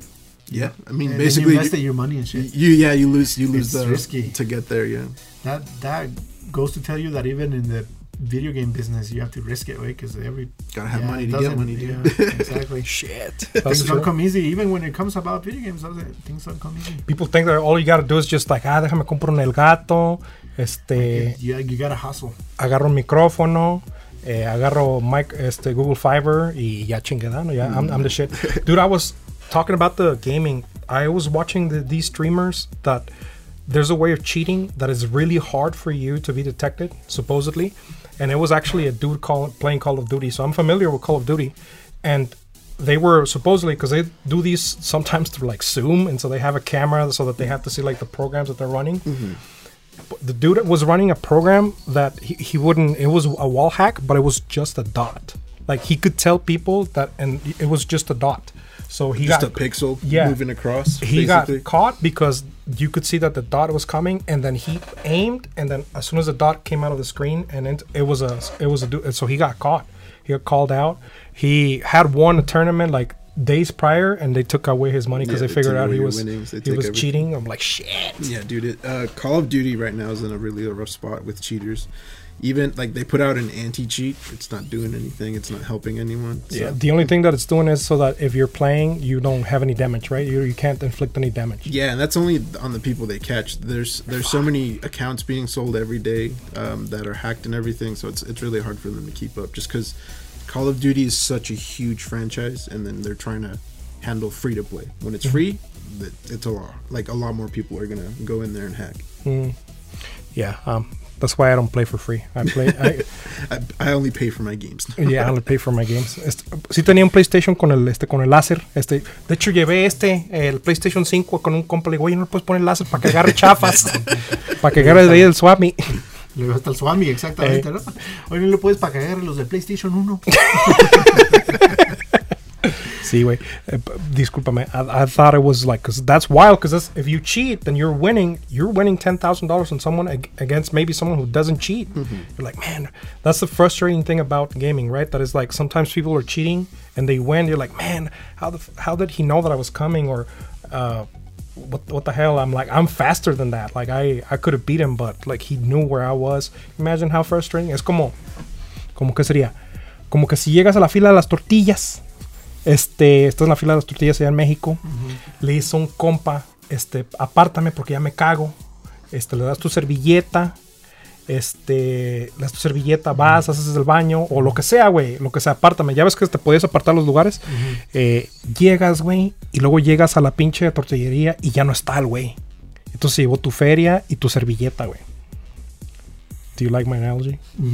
Yeah, I mean, And basically, then you invested you, your money and shit. you- yeah, you lose, you lose It's the risky. to get there. Yeah, That that goes to tell you that even in the video game business, you have to risk it, right? Because every gotta have yeah, money it to get doesn't- money. Dude. yeah, exactly. Shit. Things don't come easy, even when it comes about video games. doesn't- Things don't come easy. People think that all you gotta do is just like, ah, déjame compro un el gato, este, Yeah, you gotta hustle. agarro un micrófono, eh, agarro mic, este, Google Fiber y ya chingadano, ya, I'm, I'm the shit. Dude, I was talking about the gaming. I was watching the, these streamers that there's a way of cheating that is really hard for you to be detected, supposedly. And it was actually a dude call, playing Call of Duty, so I'm familiar with Call of Duty. And they were supposedly because they do these sometimes through like Zoom, and so they have a camera so that they have to see like the programs that they're running the dude was running a program that he, he wouldn't it was a wall hack but it was just a dot like he could tell people that and it was just a dot so he Just got a pixel yeah. moving across. he basically. got caught because you could see that the dot was coming and then he aimed and then as soon as the dot came out of the screen and it, it was a it was a dude so he got caught he got called out he had won a tournament like days prior and they took away his money because Yeah, they they figured take out away he your was winnings, they he take was everything. cheating i'm like shit Yeah, dude. It, uh, Call of Duty right now is in a really rough spot with cheaters. even like they put out an anti cheat. It's not doing anything. It's not helping anyone. So. Yeah, the only thing that it's doing is so that if you're playing, you don't have any damage, right? You, you can't inflict any damage. Yeah, and that's only on the people they catch. There's there's so many accounts being sold every day um, that are hacked and everything, so it's it's really hard for them to keep up. Just because Call of Duty is such a huge franchise, and then they're trying to handle free to play. When it's free, it, it's a lot like a lot more people are gonna go in there and hack. Yeah, um, that's why I don't play for free. I play. I, I, I only pay for my games. yeah, I only pay for my games. Este, sí tenía un PlayStation con el este con el láser. Este, de hecho llevé este el PlayStation 5 con un compa. Le digo, oye, no le puedes poner láser para que agarre chafas, para que agarre de ahí el swap meet". Le vas hasta el Swami, exactamente, ¿no? Hoy no lo puedes para cagar a los de PlayStation 1. Sí, güey. Eh, p- discúlpame. I, I thought it was like, cause that's wild. Because that's, if you cheat, then you're winning. You're winning ten thousand dollars on someone ag- against maybe someone who doesn't cheat. You're like, man, that's the frustrating thing about gaming, right? That is like sometimes people are cheating and they win. You're like, man, how the f- how did he know that I was coming or. Uh, what, what the hell? I'm like I'm faster than that. Like I I could have beat him, but like he knew where I was. Imagine how frustrating. Es como como que sería como que si llegas a la fila de las tortillas este esta es la fila de las tortillas allá en México le hizo un compa este apártame porque ya me cago este le das tu servilleta este le das tu servilleta vas haces el baño o lo que sea güey lo que sea apártame ya ves que te podías apartar los lugares Eh, llegas güey y luego llegas a la pinche tortillería y ya no está el güey entonces se llevó tu feria y tu servilleta güey Do you like my analogy? I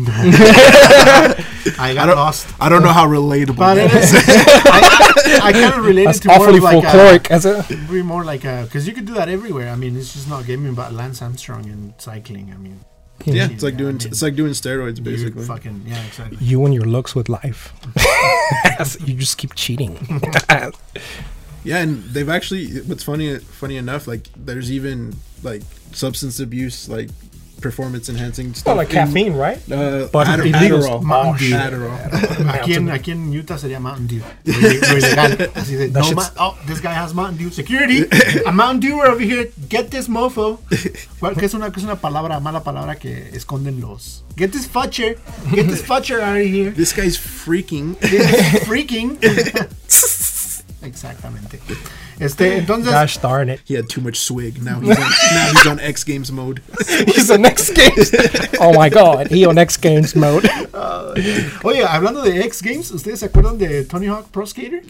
I got don't lost. I don't know how relatable. But it that is. is, I, I kind of related That's to more awfully of like a, folkloric. as a- be more like a because you could do that everywhere. I mean, it's just not gaming, but Lance Armstrong and cycling. I mean, yeah, it's like Yeah, doing I mean, it's like doing steroids you basically. fucking yeah, exactly. you and your looks with life. you just keep cheating. Yeah, and they've actually. What's funny, funny enough, like there's even like substance abuse, like performance enhancing stuff. like in- caffeine, right? Uh, But Adder- illegal. Adderall. Mountain Dew. Adderall. Aquí en, aquí en Utah sería Mountain Dew. Lo ile- lo ilegal. Así de, That no, shit's- ma- oh, this guy has Mountain Dew. Security, a Mountain Dewer over here. Get this mofo. Bueno, que es una, que es una palabra, mala palabra que esconden los. Get this fudger. Get this fudger out of here. this guy's freaking. This freaking. Exactamente. Este, entonces, Gosh darn it. He had too much swig. Now he's on, now he's on X Games mode. He's on X Games. Oh my god, he on X Games mode. oye, hablando de X Games, ¿ustedes se acuerdan de Tony Hawk Pro Skater?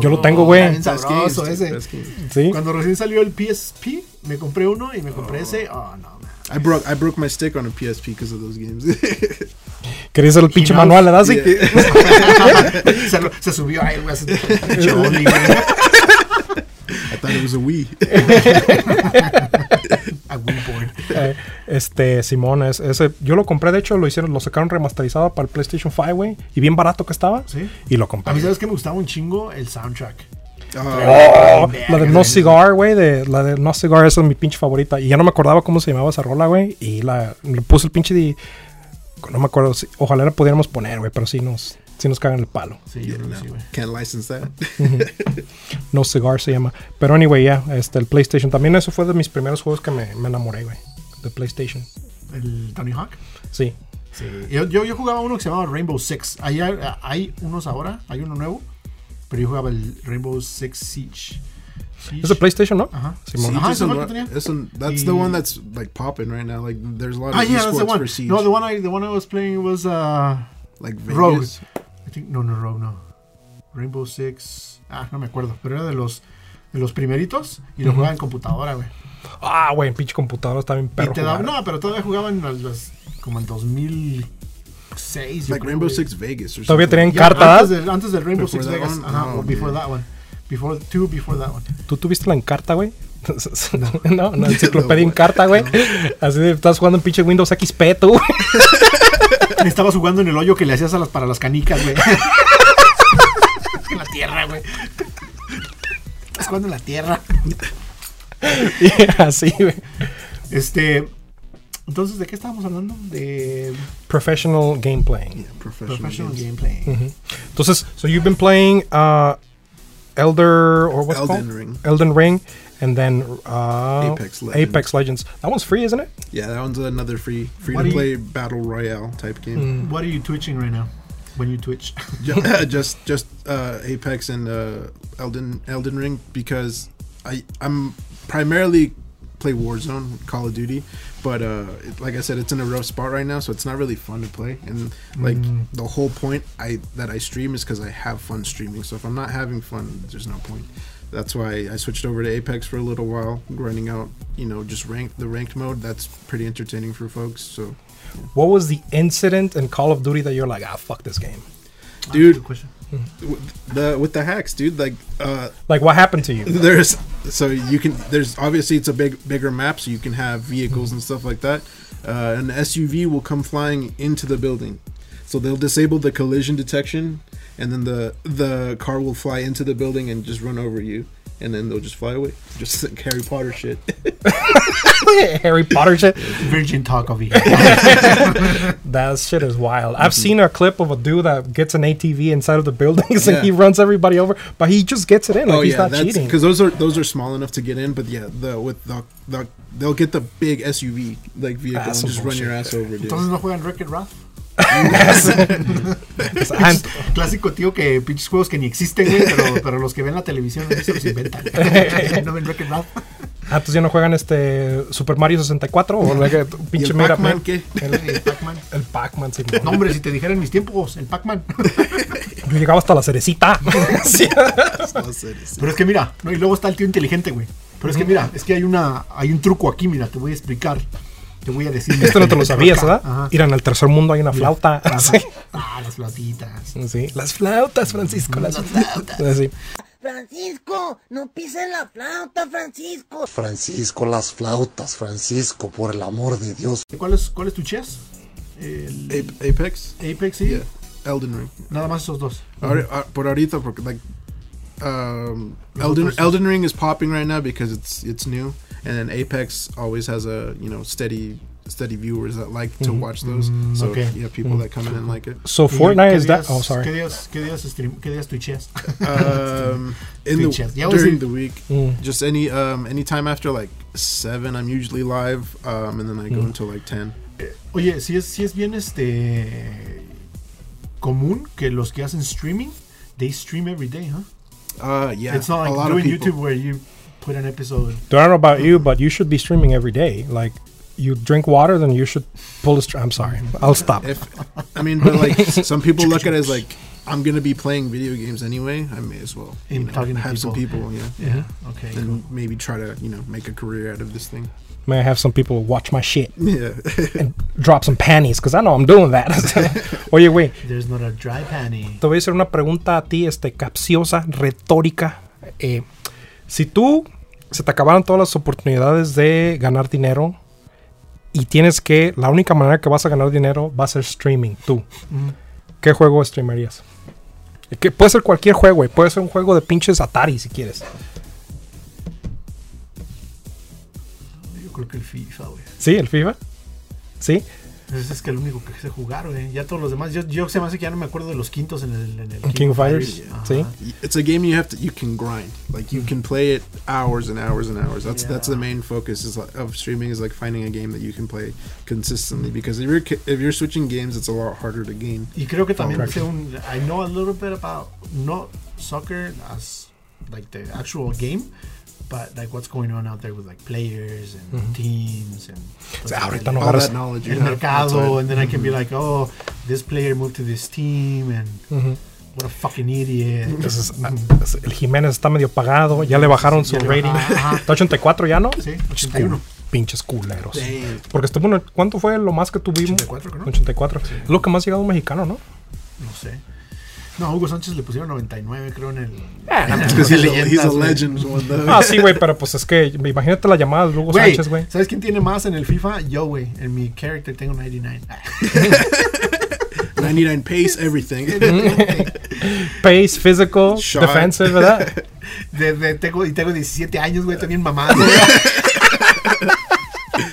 Yo lo tengo, güey. Bien sabroso dude, ese. best games. Sí. Cuando recién salió el PSP, me compré uno y me compré ese. Oh, no, man. I broke I broke my stick on a PSP because of those games. Querías el pinche knows. manual, ¿verdad? Sí. Yeah. se, lo- se subió ahí, güey. así, pinche Oli, güey. I thought it was a Wii. A Wii Board. Eh, este, Simón, es- ese, yo lo compré, de hecho, lo hicieron, lo sacaron remasterizado para el PlayStation 5, güey. Y bien barato que estaba. Sí. Y lo A mí, compré. ¿sabes que Me gustaba un chingo el soundtrack. Uh, Oh, la de verga, No güey. Cigar, güey, de, la de No Cigar, esa es mi pinche favorita. Y ya no me acordaba cómo se llamaba esa rola, güey. Y la, le puse el pinche de. No me acuerdo, si- ojalá la pudiéramos poner, güey, pero sí nos, sí nos cagan el palo. Sí, yo creo que no, sí, güey. can't license that. No Cigar se llama. Pero anyway, ya, este, el PlayStation. También eso fue de mis primeros juegos que me, me enamoré, güey. De PlayStation. El Tony Hawk. Sí. Sí. Yo, yo, yo jugaba uno que se llamaba Rainbow Six. Hay, hay unos ahora, hay uno nuevo. Pero yo jugaba el Rainbow Six Siege. Siege. Es de PlayStation, ¿no? Ajá. Simón. Ajá, It's ese a fue el lot- que tenía. it's a- that's the one that's like popping right now. Like there's a lot of Ah, yeah, that's the esports one. for Siege. No, the one I the one I was playing was uh, like Rogue. Vegas. I think no, no, Rogue, no. Rainbow Six. Ah, no me acuerdo, pero era de los de los primeritos y lo jugaba en computadora, güey. Ah, güey, en pinche computadora está bien perro. Y te daba, jugar. no, pero todavía jugaban las, las- como en 2006, yo Like creo, Rainbow güey. Six Vegas or Todavía something. tenían Ya, carta. antes del, antes del Rainbow Before Six that Vegas, one? ajá, Oh, o before yeah. that one. Before two before that one. ¿Tú tuviste la encarta, güey? no, no, enciclopedia encarta, güey. Así de, estás jugando en pinche Windows XP, tú. güey. Estabas jugando en el hoyo que le hacías a las para las canicas, güey. en la tierra, güey. Estás jugando en la tierra. Y Así, güey. Este. Entonces, ¿de qué estábamos hablando? De Professional gameplay. Yeah, professional, professional games. gameplay. Entonces, so you've been playing uh, Elder, or what's it Elden called? Ring. Elden Ring. and then uh, Apex Legends. Apex Legends. That one's free, isn't it? Yeah, that one's another free free What to do you- play battle royale type game. What are you twitching right now? When you twitch, Ju- just just uh, Apex and uh, Elden Elden Ring because I I'm primarily play Warzone Call of Duty, but uh, it, like I said, it's in a rough spot right now, so it's not really fun to play. And like the whole point I that I stream is because I have fun streaming. So if I'm not having fun, there's no point. That's why I switched over to Apex for a little while, grinding out you know just rank the ranked mode. That's pretty entertaining for folks. So What was the incident in Call of Duty that you're like, ah, fuck this game? Dude. Ah, Good question. w- the with the hacks, dude, like. uh Like, what happened to you? there's so you can there's obviously it's a big bigger map so you can have vehicles and stuff like that uh, an suv will come flying into the building so they'll disable the collision detection and then the the car will fly into the building and just run over you and then they'll just fly away just like harry potter shit Harry Potter shit. Virgin talk over here. That shit is wild. I've Mm-hmm. seen a clip of a dude that gets an ATV inside of the buildings and Yeah. he runs everybody over, but he just gets it in. Like, oh he's yeah not that's cheating. because those are those are small enough to get in but yeah the with the, the they'll get the big suv like vehicle That's and just some run your bullshit. ass over dude Entonces no juegan Wreck-It Ralph. And- Clásico tío que pinches juegos que ni existen, güey, pero, pero los que ven la televisión güey, se los inventan. no ven Wreck-It Ralph. Ah, pues ya no juegan este Super Mario 64 o like, eh, y pinche el Mega Pac-Man, Man. ¿qué? El Pac-Man. El Pac-Man, sí. No, hombre, si te dijera en mis tiempos, el Pac-Man. Yo llegaba hasta la cerecita. Sí. I'll say this. Pero es que mira, no, y luego está el tío inteligente, güey. Pero es que mira, es que hay una, hay un truco aquí, mira, te voy a explicar. Te voy a decir. Esto no te lo sabías, ¿verdad? Ajá. Irán al tercer mundo, hay una flauta. Ajá. Sí. Ah, las platitas. Sí. Las flautas, Francisco, las flautas. Sí. Francisco, no pisen la flauta, Francisco. Francisco, las flautas, Francisco, por el amor de Dios. ¿Cuál es, cuál es tu chess? El Ape- apex Apex, sí. yeah elden ring Nada más esos dos. Ahori- ah, por ahorita porque like um, Elden otros- Elden Ring is popping right now because it's it's new and then Apex always has a you know steady steady viewers that like to watch those so Mm-hmm. okay. Mm-hmm. yeah people that come in and like it So ¿Y Fortnite qué is that. días- Oh, ¿Qué sorry. días, qué días, stream, qué días tuicheas? um, in the Twitches. Yeah, I was during in- the week Mm. just any um any time after like seven I'm usually live um, and then I Mm. go until like ten Oye, si es, si es bien este común que los que hacen streaming, they stream every day, huh? uh yeah It's not a like lot of doing people YouTube where you put an episode. Don't know about you, but you should be streaming every day. Like, you drink water, then you should pull the. Str- I'm sorry. I'll stop. if I mean but like s- some people look at it as like I'm gonna be playing video games anyway I may as well you And know, talking to have some people. people yeah Yeah. Okay. and cool. maybe try to you know make a career out of this thing. May I have some people watch my shit? Yeah, Drop some panties, because I know I'm doing that. Oye, güey. There's not a dry panty. Te voy a hacer una pregunta a ti, este, capciosa, retórica. Eh, si tú se te acabaron todas las oportunidades de ganar dinero y tienes que, la única manera que vas a ganar dinero va a ser streaming, tú. ¿Qué juego streamerías? Que puede ser cualquier juego, güey. Puede ser un juego de pinches Atari si quieres. Yo creo que el FIFA, güey. ¿Sí? ¿El FIFA? ¿Sí? Ese es que el único que sé jugar, güey. Ya todos los demás. Yo, yo se me hace que ya no me acuerdo de los quintos en el, en el King of Fighters. Ajá. ¿Sí? it's a game you have to you can grind. Like you can play it hours and hours and hours. That's that's the main focus is like, of streaming is like finding a game that you can play consistently because if you're ki- if you're switching games, it's a lot harder to gain. Y creo que también Correct. sé un. I know a little bit about not soccer as like the actual game, but like what's going on out there with like players and teams and. sea, ahorita el, no All agarras- that knowledge you el have. that's mercado, what- and then I can be like, oh, this player moved to this team, and what a fucking idiot. Entonces, ah, el Jiménez está medio pagado. Ya le bajaron su Ya le rating. bajaron. Ajá. Está 84 ya, ¿no? Sí, Pinches 81. cul- Pues Pinches culeros. Damn. Porque estuvo en el- ¿Cuánto fue lo más que tuvimos? 84, creo, ¿no? 84. Es lo que más ha llegado un mexicano, ¿no? No sé. No, a Hugo Sánchez le pusieron 99, creo, en el. It's 'cause he's, a, Leyendas, he's a güey. legend. one, though. Ah, sí, güey, pero pues es que imagínate la llamada de Hugo Güey, Sánchez, güey. ¿sabes quién tiene más en el FIFA? Yo, güey. En mi character tengo 99. 99 pace, everything. Mm-hmm. Pace, physical, Shot. defensive, ¿verdad? De- de- tengo, y tengo 17 años, güey. También mamado.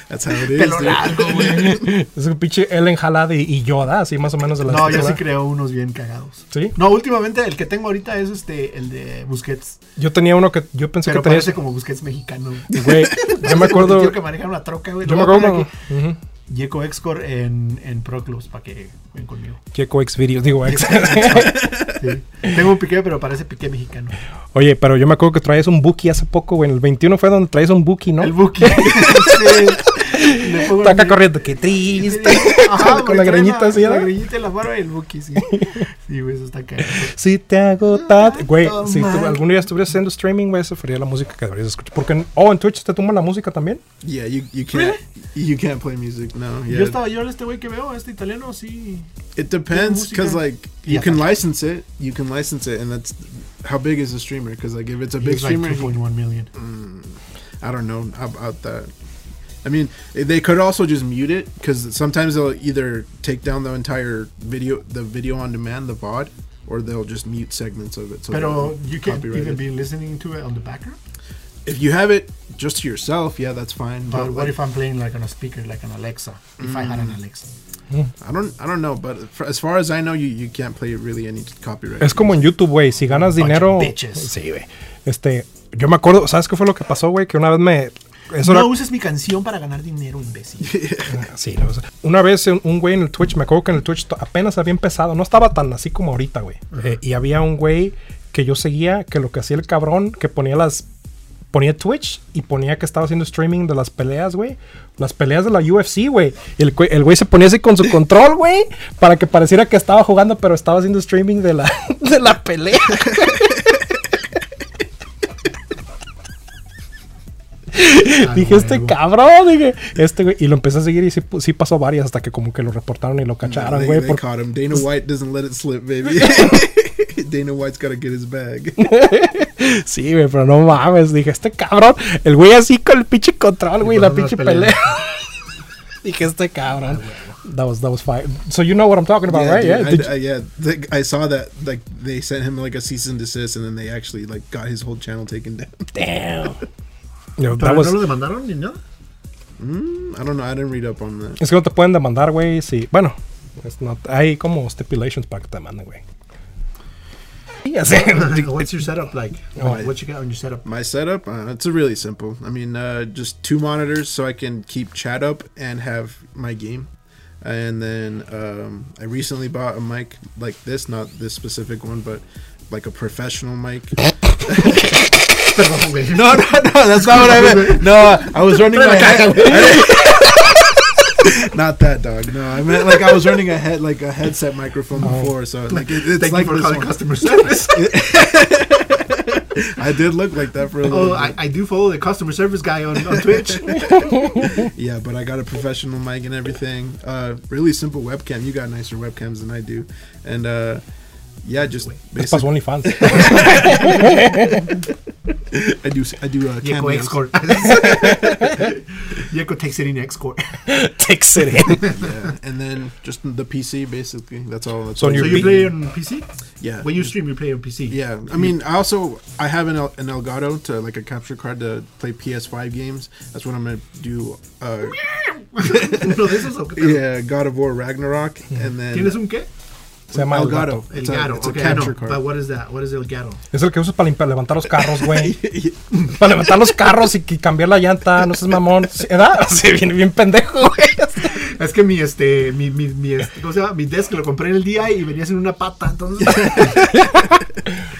That's That's how it is. Pelo dude. largo, güey. Es un pinche Ellen Halad y, y Yoda, así más o menos de la No, ya estatura. se creó unos bien cagados. ¿Sí? No, últimamente el que tengo ahorita es este, el de Busquets. Yo tenía uno que yo pensé Pero que tenía. parece como Busquets mexicano. Güey, yo me El acuerdo. tío que maneja una troca, güey. Yo me Lo voy a acuerdo. poner aquí. Ujú. Yeco Excor en, en Proclus para que jueguen conmigo. Checo X Videos, digo X. Sí. Tengo un piqué, pero parece piqué mexicano. Oye, pero yo me acuerdo que traías un Buki hace poco, güey. En el 21 fue donde traías un Buki, ¿no? El Buki. Sí. Le pongo Está acá el- corriendo, qué triste. Ajá, Con güey, la trae greñita así, La ¿no? greñita y la barba del Buki, sí. Sí, güey, eso está cagado. Si te hago Ah, tat. Güey, todo si tú mal. algún día estuvieras haciendo streaming, güey, esa sería la música que deberías escuchar. Porque, en- oh, en Twitch te tumba la música también. Yeah, you, you can't you can't play music. No, yeah. Yo estaba yo, este güey que veo, este italiano, sí. It depends música. because like you Yeah. can license it, you can license it, and that's how big is the streamer? Because like if it's a big He's like streamer, he- 2.1 million. I don't know about that. I mean, they could also just mute it because sometimes they'll either take down the entire video, the video on demand, the VOD, or they'll just mute segments of it. So Pero they're you can't copyrighted. even be listening to it on the background. If you have it just to yourself, yeah, that's fine. But But what like, if I'm playing like on a speaker, like an Alexa? If I Mm. had an Alexa. I don't, I don't know. But for, as far as I know, you you can't play really any copyright. Es como en YouTube, güey. Si ganas Bunch of dinero. bitches. Sí, güey. Este, yo me acuerdo, ¿sabes qué fue lo que pasó, güey? Que una vez me. Eso no era- uses mi canción para ganar dinero, imbécil. Ah, Sí, no, o sea, una vez un un güey en el Twitch, me acuerdo que en el Twitch to- apenas había empezado, no estaba tan así como ahorita, güey. Eh, y había un güey que yo seguía, que lo que hacía el cabrón, que ponía las... Ponía Twitch y ponía que estaba haciendo streaming de las peleas, güey. Las peleas de la UFC, güey. Y el, güey- el güey se ponía así con su control, güey. Para que pareciera que estaba jugando, pero estaba haciendo streaming de la, de la pelea. dije, este huevo. cabrón, dije, este güey. Y lo empecé a seguir y sí, pu- sí pasó varias hasta que como que lo reportaron y lo cacharon, they, güey. they porque- caught him. Dana White doesn't let it slip, baby. Dana White's got to get his bag. Sí, güey, pero no mames. Dije, este cabrón, el güey así con el pinche control, güey, la pasando las pinche pelea. peleas. Dije, este cabrón. That was, that was fine. So you know what I'm talking about, Yeah, right? dude, yeah. I- Did you- I, yeah. Th- I saw that. Like they sent him like a cease and desist, and then they actually like got his whole channel taken down. you know, that ¿Pero was- no lo demandaron ni nada? I don't know. I didn't read up on that. Es que no te pueden demandar, güey. Sí, bueno, it's not- hay como stipulations para que te demanden, güey. Sí, así. What's your setup like? Like, what you got on your setup? My setup. Uh, it's really simple. I mean, uh, just two monitors so I can keep chat up and have my game. And then um, I recently bought a mic like this, not this specific one, but like a professional mic. Perdón, güey. No, no, no. That's not what I meant. No, I was running my head. Not that dog. No, I meant like I was running a head like a headset microphone before, so like it, it's Thank like you for this calling one. customer service. I did look like that for a little. oh, I, I do follow the customer service guy on, on Twitch. bit. Yeah, but I got a professional mic and everything. Uh, really simple webcam. You got nicer webcams than I do, and uh, yeah, just Les pasó basically OnlyFans. I do I do uh, Yeco cameos. Excor. Yeco takes it in Excor. Takes it in. Yeah, and then just the PC basically. That's all. That's So all you So I you do. play on PC? yeah. When you stream, you play on PC. Yeah, I mean, I also I have an, El- an Elgato to like a capture card to play PS5 games. That's what I'm gonna do. Uh, no, this is okay. yeah, God of War Ragnarok, Hmm. and then ¿Tienes un qué? Se llama Elgato. It's, Elgato. a, it's okay, a I know. capture But card. what is that? What is Elgato? Es el que usas para limpiar- levantar los carros, güey. para levantar los carros y, que cambiar la llanta. No seas mamón. Sí, ¿Verdad? Sí, bien, bien pendejo, güey. Es que mi, este, mi, mi, mi, este, ¿cómo se llama? Mi desk lo compré en el día y venías en una pata, entonces...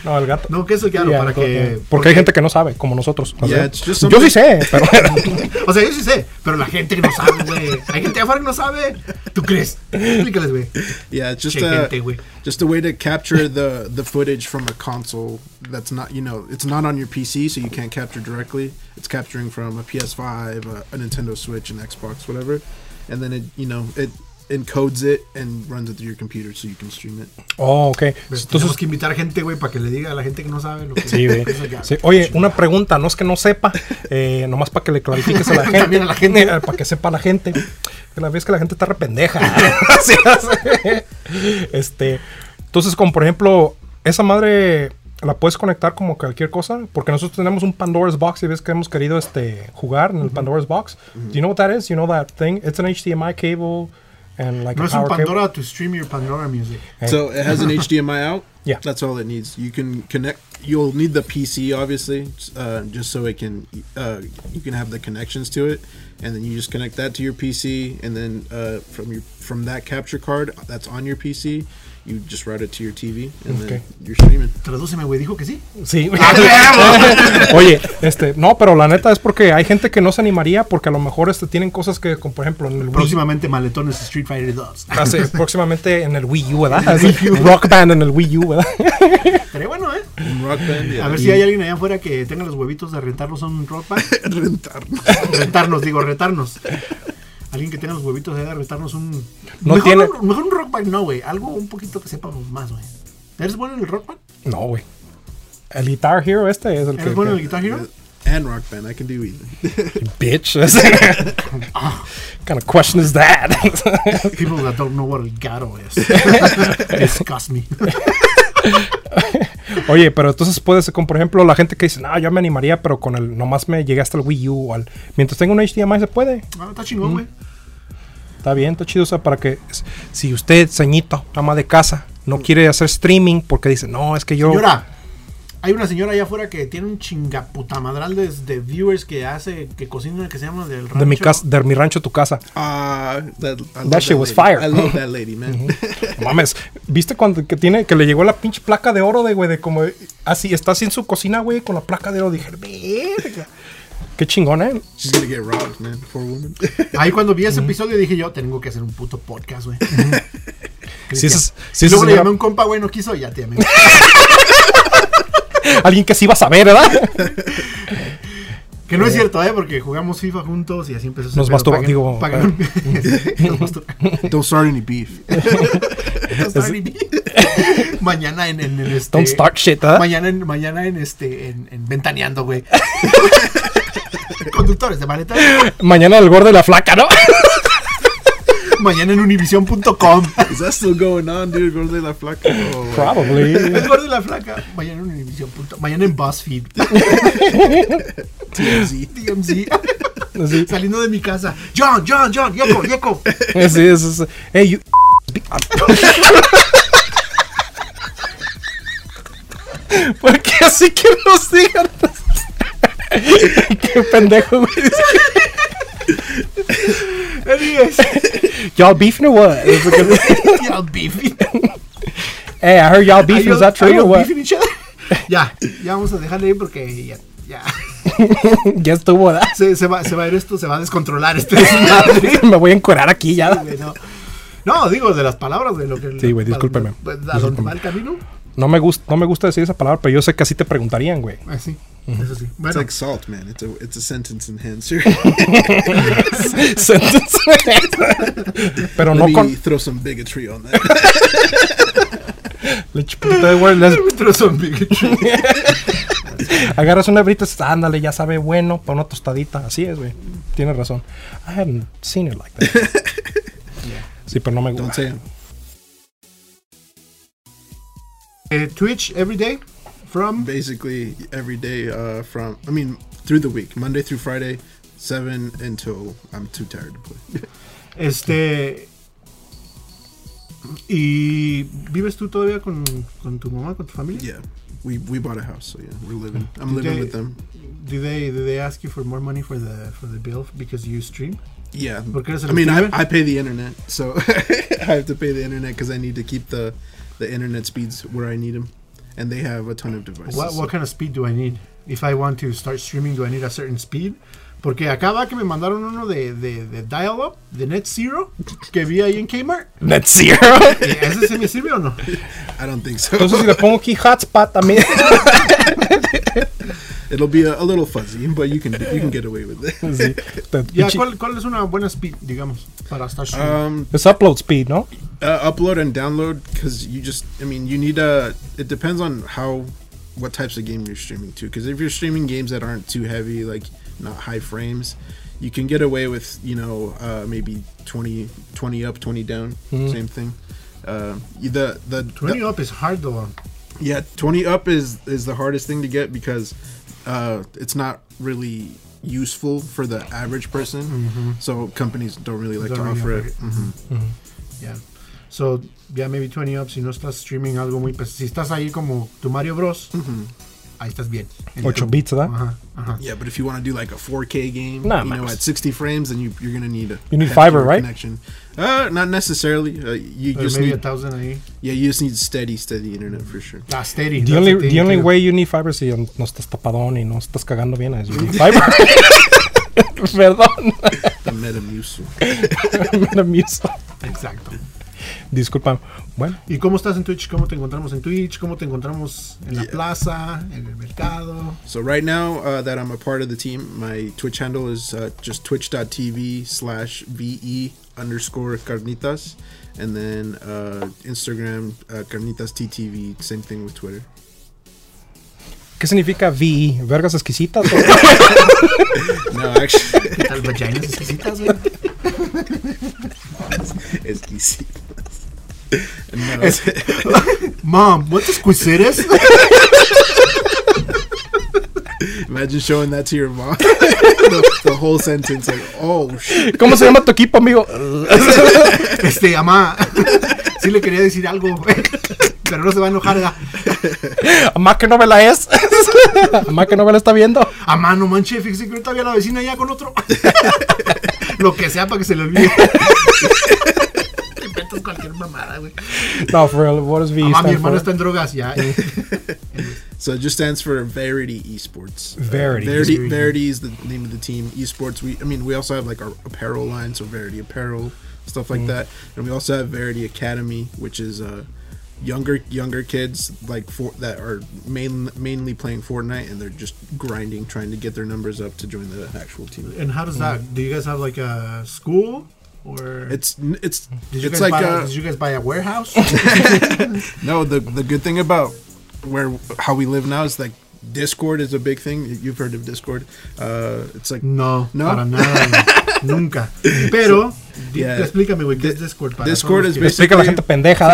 No, el gato. No, que es Elgato? Ya, para creo que... Porque, hay gente que no sabe, como nosotros. O sea, Yeah, it's just yo something- sí sé, pero O sea, yo sí sé, pero la gente que no sabe, güey. Hay gente afuera que no sabe. ¿Tú crees? Explícales, güey. Yeah, it's just uh, Che, gente, a güey. just a way to capture the the footage from a console that's not you know it's not on your PC, so you can't capture directly. It's capturing from a PS5, a, a Nintendo Switch, an Xbox, whatever, and then it you know it encodes it and runs it through your computer so you can stream it. Oh, ok. Entonces, Tenemos que invitar gente, güey, para que le diga a la gente que no sabe lo que sí, güey. es Elgato. Sí. Oye, una pregunta, no es que no sepa, eh, nomás para que le clarifiques a la gente. También a la gente. eh, para que sepa la gente. Que la vez que la gente está rependeja. Así es. este. Entonces, como por ejemplo, esa madre la puedes conectar como cualquier cosa, porque nosotros tenemos un Pandora's Box y ves que hemos querido este, jugar en el Pandora's Box. Do you know what that is? You know that thing? It's an HDMI cable and like No a es un power cable. Pandora to stream your Pandora music. So it has an HDMI out. Yeah. that's all it needs. You can connect. You'll need the PC obviously, uh, just so it can uh, you can have the connections to it, and then you just connect that to your PC, and then uh, from your from that capture card that's on your PC, you just route it to your TV, and Okay. then you're streaming. Tradúceme, güey, dijo que sí. Sí. Ah, Oye, este, no, pero la neta es porque hay gente que no se animaría porque a lo mejor este, tienen cosas que, como por ejemplo, en el Wii Próximamente maletones Street Fighter 2. Hace próximamente en el Wii U, ¿verdad? Así, Rock Band en el Wii U, ¿verdad? Estaría bueno, ¿eh? And Rock Band, yeah. A ver si hay alguien allá afuera que tenga los huevitos de rentarnos a un rock band. Rentarnos, digo, retarnos. Alguien que tenga los huevitos de retarnos un. No mejor, tiene- un mejor un rock band, no, güey. Algo un poquito que sepamos más, güey. ¿Eres bueno en el rock band? No, güey. El Guitar Hero este es el que... ¿Eres bueno en que- el Guitar Hero? and Rock Band, I can do either. bitch. kind of question is that? People that don't know what el gato is. Disgust me. Oye, pero entonces puedes, como por ejemplo, la gente que dice, no, yo me animaría, pero con el, nomás me llegué hasta el Wii U o al... Mientras tenga un HDMI se puede. Ah, está chingón, güey. Mm, Está bien, está chido. O sea, para que s- si usted, ceñito, ama de casa, no quiere hacer streaming porque dice, no, es que yo... Señora, hay una señora allá afuera que tiene un chingaputa madral de, de viewers que hace, que cocina, que se llama del rancho. De mi, casa, de mi rancho a tu casa. Ah, that, I love That shit was lady. fire. Mm-hmm. I love that lady, No man. Mames, ¿viste cuando que tiene que le llegó la pinche placa de oro de güey de como así está así en su cocina, güey, con la placa de oro dije, "Verga". Qué chingón, eh. She's gonna get robbed, man. Poor woman. Ahí cuando vi Mm. ese episodio dije yo, tengo que hacer un puto podcast, güey. Si Cristian. es, si es Luego le llamé a un compa, güey, no quiso, ya te llamé. alguien que sí va a saber, ¿verdad? Que no es cierto, ¿eh? Porque jugamos FIFA juntos y así empezó. ese Nos pedo. masturba- Pagan- digo, pagan- Nos masturba. Don't start any beef. Don't start it. Mañana en, en el este. Don't start shit, ¿verdad? Mañana en, mañana en este. En, en Ventaneando, güey. Conductores de maleta. Mañana el gordo y la flaca, ¿no? Mañana en univision.com. Is that still going on, dude? Gordo de la Flaca. Oh, wow. Probably. El gordo y la flaca. Mañana en univision.com. Mañana en BuzzFeed. TMZ. DMZ. Sí, Saliendo de mi casa. John, John, John. Yoko, Yoko. sí, es, es- Hey, you ¿Por qué así que nos digan? Qué pendejo, güey. Anyways. Y'all beefing or what? It's like a- Y'all beefing. hey, I heard y'all beefing. Is that Are true you or what? beefing each other? Ya, ya vamos a dejarle ir porque ya. ya. Ya estuvo, ¿verdad? Se, se va, se va a ir esto, se va a descontrolar este desmadre. Me voy a encuerar aquí ya. güey, no. No, digo, de las palabras de lo que. Sí, güey, discúlpeme. A, a dónde va el camino. No me, gusta, no me gusta decir esa palabra, pero yo sé que así te preguntarían, güey. Ah, sí, eso sí. It's Bueno, like salt, man. It's a it's a sentence enhancer. Sentence. pero Let no me con. throw some bigotry on that. Le chupita de güey, les- árbitros son bigotry. agarras una brita y dices, ándale, ya sabe, bueno, para una tostadita. Así es, güey. Tienes razón. I haven't seen it like that. Sí, pero no me Don't gusta. say it. Eh, Twitch every day from. Basically, every day uh, from I mean through the week, Monday through Friday, seven until I'm too tired to play. Este. ¿Y vives tú todavía con, con tu mamá, con tu familia? yeah, we we bought a house, so yeah, we're living. I'm Did living they- with them. Do they, do they ask you for more money for the, for the bill because you stream? Yeah, Porque eres el I mean, I, streamer. I pay the internet, so I have to pay the internet because I need to keep the the internet speeds where I need them, and they have a ton of devices. What, so- what kind of speed do I need? If I want to start streaming, do I need a certain speed? Porque acaba que me mandaron uno de, de, de Dial-Up, de Net Zero, que vi ahí en Kmart. Net Zero. ¿Ese se me sirve o no? I don't think so. Entonces, si le pongo aquí hotspot también. It'll be a, a little fuzzy, but you can you can get away with it. Sí. Te- Ya, pinche- Ah, ¿cuál, ¿cuál es una buena speed, digamos, para estar streaming? Um, Es upload speed, ¿no? uh, upload and download because you just I mean you need a. It depends on how what types of game you're streaming to. Because if you're streaming games that aren't too heavy, like not high frames, you can get away with you know uh, maybe 20, 20 up, twenty down, same thing. Uh, you- the the 20 up is hard though. Yeah, 20 up is is the hardest thing to get because uh, it's not really useful for the average person. So companies don't really like Don't to really offer offer it. Mhm. Ya. So, ya maybe 20 up, si no estás streaming algo muy pesado. Si estás ahí como tu Mario Bros, ahí estás bien. 8 bits, ¿verdad? Ajá, ajá. Yeah, but if you want to do like a 4K game, Nah, you know, Max. at 60 frames, then you, you're gonna need a You need heftier fiber, right? Connection. Uh, not necessarily. Uh, you Pero just maybe need a thousand ahí. yeah, you just need steady, steady internet for sure. Ah, steady. The that's only, the thing, the only too. way you need fiber si no estás tapadón y no estás cagando bien es you need fiber. Perdón. The Metamucil. Me amuso. Exacto. Disculpa. Bueno, ¿Y cómo estás en Twitch? ¿Cómo te encontramos en Twitch? ¿Cómo te encontramos en la plaza? ¿En el mercado? So right now uh, that I'm a part of the team, my Twitch handle is uh, just twitch.tv slash ve underscore carnitas, and then uh, Instagram uh, carnitas ttv. Same thing with Twitter. ¿qué significa VE? ¿Vergas exquisitas? o- No, actually, ¿Qué tal vaginas exquisitas, güey? it's easy. No, Mom, ¿what exquisitas? imagine showing that to your mom. the, the whole sentence, like, oh shit. ¿Cómo se llama tu equipo, amigo? Este, mamá, sí le quería decir algo, güey, pero no se va a enojar. ¿verdad? Amá, ¿qué novela es? Amá, ¿qué novela está viendo? Amá, no manches, fíjese que ahorita había la vecina ya con otro. Lo que sea para que se le olvide. Inventas cualquier mamada, güey. No, for real, what is VE? Amá, mi stand Ah, hermano for? está en drogas ya. eh. So it just stands for Verity Esports. Uh, Verity. Verity. Verity is the name of the team. Esports. We. I mean, we also have like our apparel line, so Verity Apparel, stuff Mm. like that, and we also have Verity Academy, which is uh, younger younger kids like for that are main, mainly playing Fortnite, and they're just grinding, trying to get their numbers up to join the actual team. And how does that? Do you guys have like a school or? It's n- it's did you it's guys like buy? uh, did you guys buy a warehouse? no the the good thing about where how we live now is like Discord is a big thing. You've heard of Discord. Uh, it's like No, No? para nada, güey. nunca. Pero di- Yeah. explícame, güey, ¿qué es Discord? Para Discord todos is los que- Explica a la gente pendeja.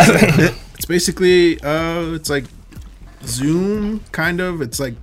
it's basically uh it's like zoom kind of it's like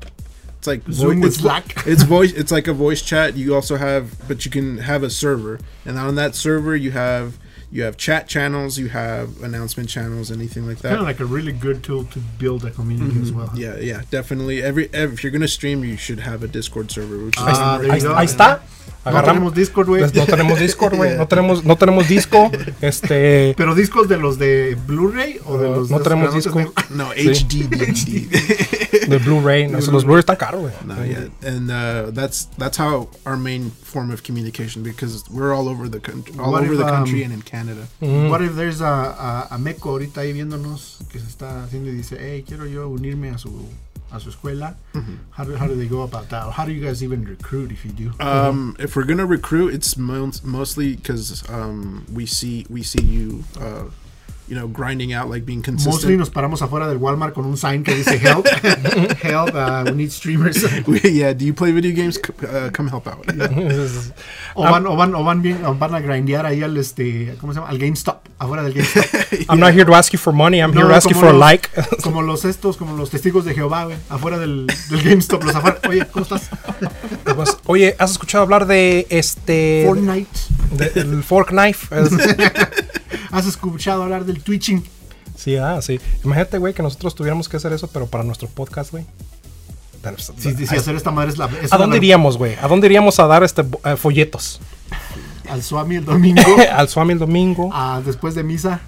it's like Zoom with it's, Slack. it's voice it's like a voice chat you also have but you can have a server and on that server you have you have chat channels you have announcement channels anything like that kind of like a really good tool to build a community as well. Mm-hmm. yeah yeah definitely every, every if you're gonna stream you should have a discord server which is Ah, there Ahí, you go. ahí está. No tenemos Discord, güey. Pues no tenemos Discord, güey. No tenemos, no tenemos disco. Este. Pero discos de los de Blu-ray o de No, los no de- tenemos de- disco. no hd hd De Blu-ray. No, eso, los Blu-ray están caros, güey. not yet. And uh, that's that's how our main form of communication because we're all over the country, all What over if, the country um, and in Canada. Mm. What if there's a, a, a meco ahorita ahí viéndonos que se está haciendo y dice, hey, quiero yo unirme a su a su escuela. Mm-hmm. How do, how do they go about that? Or how do you guys even recruit if you do? Um, if we're gonna recruit, it's mon- mostly because um, we see we see you, uh, you know, grinding out like being Mostly consistent. nos paramos afuera del Walmart con un sign que dice help, help, uh, we need streamers. We- yeah. Do you play video games? C- uh, come help out. O Ah. van, o van, o van, bien, o van a grindear ahí al este, ¿cómo se llama? Al GameStop, afuera del GameStop. I'm not here to ask you for money. I'm here No, to ask you como for a los- like. Como los estos, como los testigos de Jehová, güey, afuera del, del GameStop, los afuera. Oye, ¿cómo estás? Además, Pues, Oye, ¿has escuchado hablar de este. Fortnite. de- el Fork Knife? Es- ¿Has escuchado hablar del twitching? sí, ah, sí. Imagínate, güey, que nosotros tuviéramos que hacer eso, pero para nuestro podcast, güey. pues, Sí, sí, sí, hacer esta madre es la. es ¿A una- dónde iríamos, güey? ¿A dónde iríamos a dar este bo- eh, folletos? Al Swami el domingo, Al Swami el domingo. a- después de misa.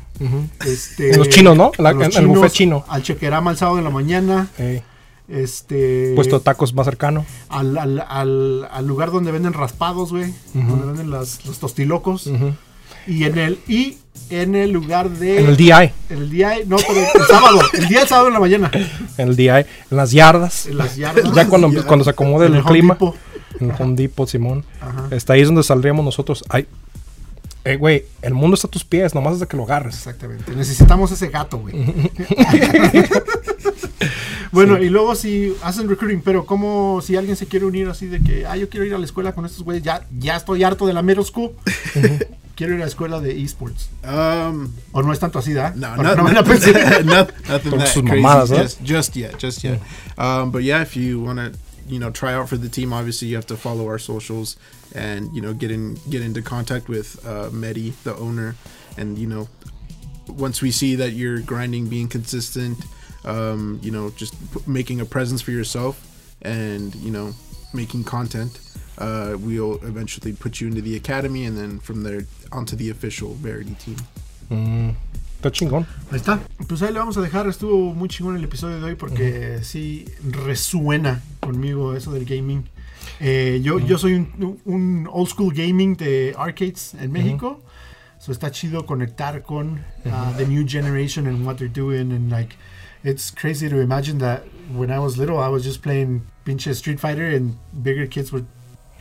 este, En los chinos, ¿no? La- a los en el buffet chino. Al Chequerama el sábado en la mañana. eh, Este. puesto de tacos más cercano. al, al, al, al lugar donde venden raspados, güey. Donde venden las, los tostilocos. Y en el. Y en el lugar de. En el DI. El día, no, pero el sábado, el día del sábado en la mañana, En el DI. En las yardas. en las yardas. Ya cuando, cuando se acomode En el, el Home clima. Depot. En el Home Depot, Simón. Está ahí es donde saldríamos nosotros. Ay, eh, güey, el mundo está a tus pies, nomás es de que lo agarres. Exactamente, necesitamos ese gato, güey. bueno, y luego si hacen recruiting, pero como si alguien se quiere unir así de que, ah, yo quiero ir a la escuela con estos güeyes, ya, ya estoy harto de la middle school. quiero ir a la escuela de esports. Um, O no es tanto así, ¿da? no, Porque not, no me la not, pensé. nothing that sus crazy. mamadas, ¿eh? just, just yet, just yet. Um, but yeah, if you want to, you know, try out for the team, obviously you have to follow our socials and you know get in get into contact with uh, Medi, the owner, and you know, once we see that you're grinding, being consistent, um, you know, just p- making a presence for yourself, and you know, making content. Uh, we'll eventually put you into the academy, and then from there onto the official Verity team. Está chingón. Ahí está. Pues ahí le vamos a dejar. Estuvo muy chingón el episodio de hoy porque sí resuena conmigo eso del gaming. Eh, yo, yo soy un, un old school gaming de arcades en México. So está chido conectar con uh, the new generation and what they're doing. And like, it's crazy to imagine that when I was little, I was just playing pinche Street Fighter and bigger kids were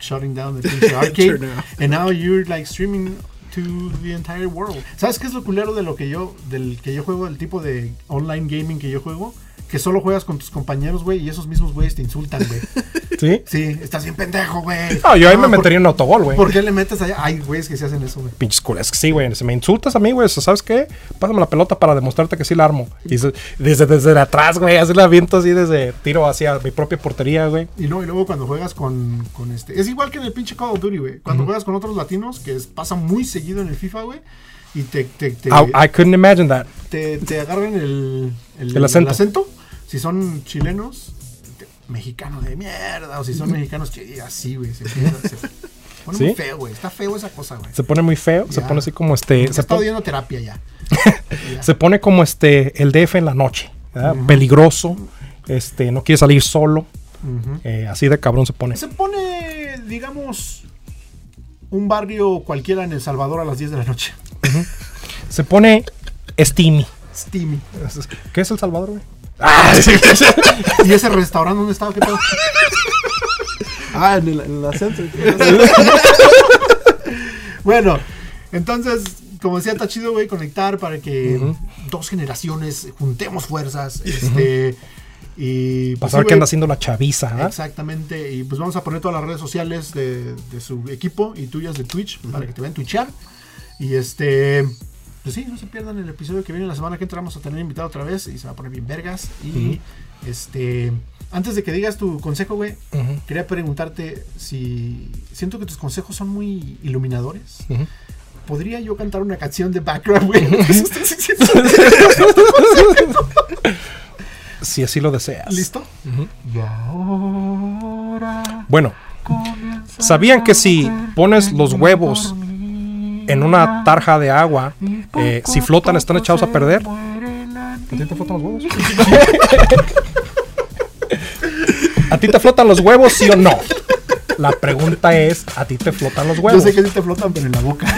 shutting down the pinche arcade. Turn it off. And now you're like streaming to the entire world. ¿Sabes qué es lo culero de lo que yo, del que yo juego, el tipo de online gaming que yo juego? Que solo juegas con tus compañeros, güey, y esos mismos güeyes te insultan, güey. ¿Sí? Sí, estás bien pendejo, güey. Ah, No, yo ahí me ¿por- metería en autogol, güey. ¿Por qué le metes allá? Ay, güeyes que se hacen eso, güey. pinches culeros que sí, güey. Si me insultas a mí, güey, ¿sabes qué? Pásame la pelota para demostrarte que sí la armo. Y se- desde, desde atrás, güey, así la aviento así desde tiro hacia mi propia portería, güey. Y, no, y luego cuando juegas con, con este... Es igual que en el pinche Call of Duty, güey. Cuando juegas con otros latinos, que es- pasa muy seguido en el FIFA, güey. Y te, te, te, I, I couldn't imagine that. te, te agarran el, El acento. Si son chilenos, te- mexicano de mierda. O si son mexicanos, que- así, güey. Se, empieza- se pone ¿Sí? muy feo, güey. Está feo esa cosa, güey. Se pone muy feo, se Ya. pone así como este. Se Se, está pon- odiando terapia ya. se pone como este el DF en la noche. ¿verdad? Peligroso. Este, no quiere salir solo. Eh, así de cabrón se pone. Se pone, digamos, un barrio cualquiera en El Salvador a las 10 de la noche. Se pone steamy. Steamy. ¿Qué es El Salvador, güey? ¿Y ese restaurante dónde estaba? ¿Qué pedo? Ah, en el, en el acento. Bueno, entonces, como decía, está chido, güey, conectar para que dos generaciones juntemos fuerzas. Este. Y. pues, Pasar sí, que güey, anda haciendo la chaviza, ¿verdad? Exactamente, y pues vamos a poner todas las redes sociales de, de su equipo y tuyas de Twitch para que te vean twitchar. Y este, pues sí, no se pierdan el episodio que viene la semana que entra. Vamos a tener invitado otra vez y se va a poner bien vergas. Y este, antes de que digas tu consejo, güey, quería preguntarte si siento que tus consejos son muy iluminadores. ¿Podría yo cantar una canción de background, güey? Eso estoy diciendo. Si así lo deseas. ¿Listo? Y ahora Bueno, comienza ¿Sabían que si pones los huevos en una tarja de agua, eh, si flotan están echados a perder? ¿A ti te flotan los huevos? ¿A ti te flotan los huevos, sí o no? La pregunta es, ¿a ti te flotan los Yo huevos? sé que sí te flotan, pero en la boca.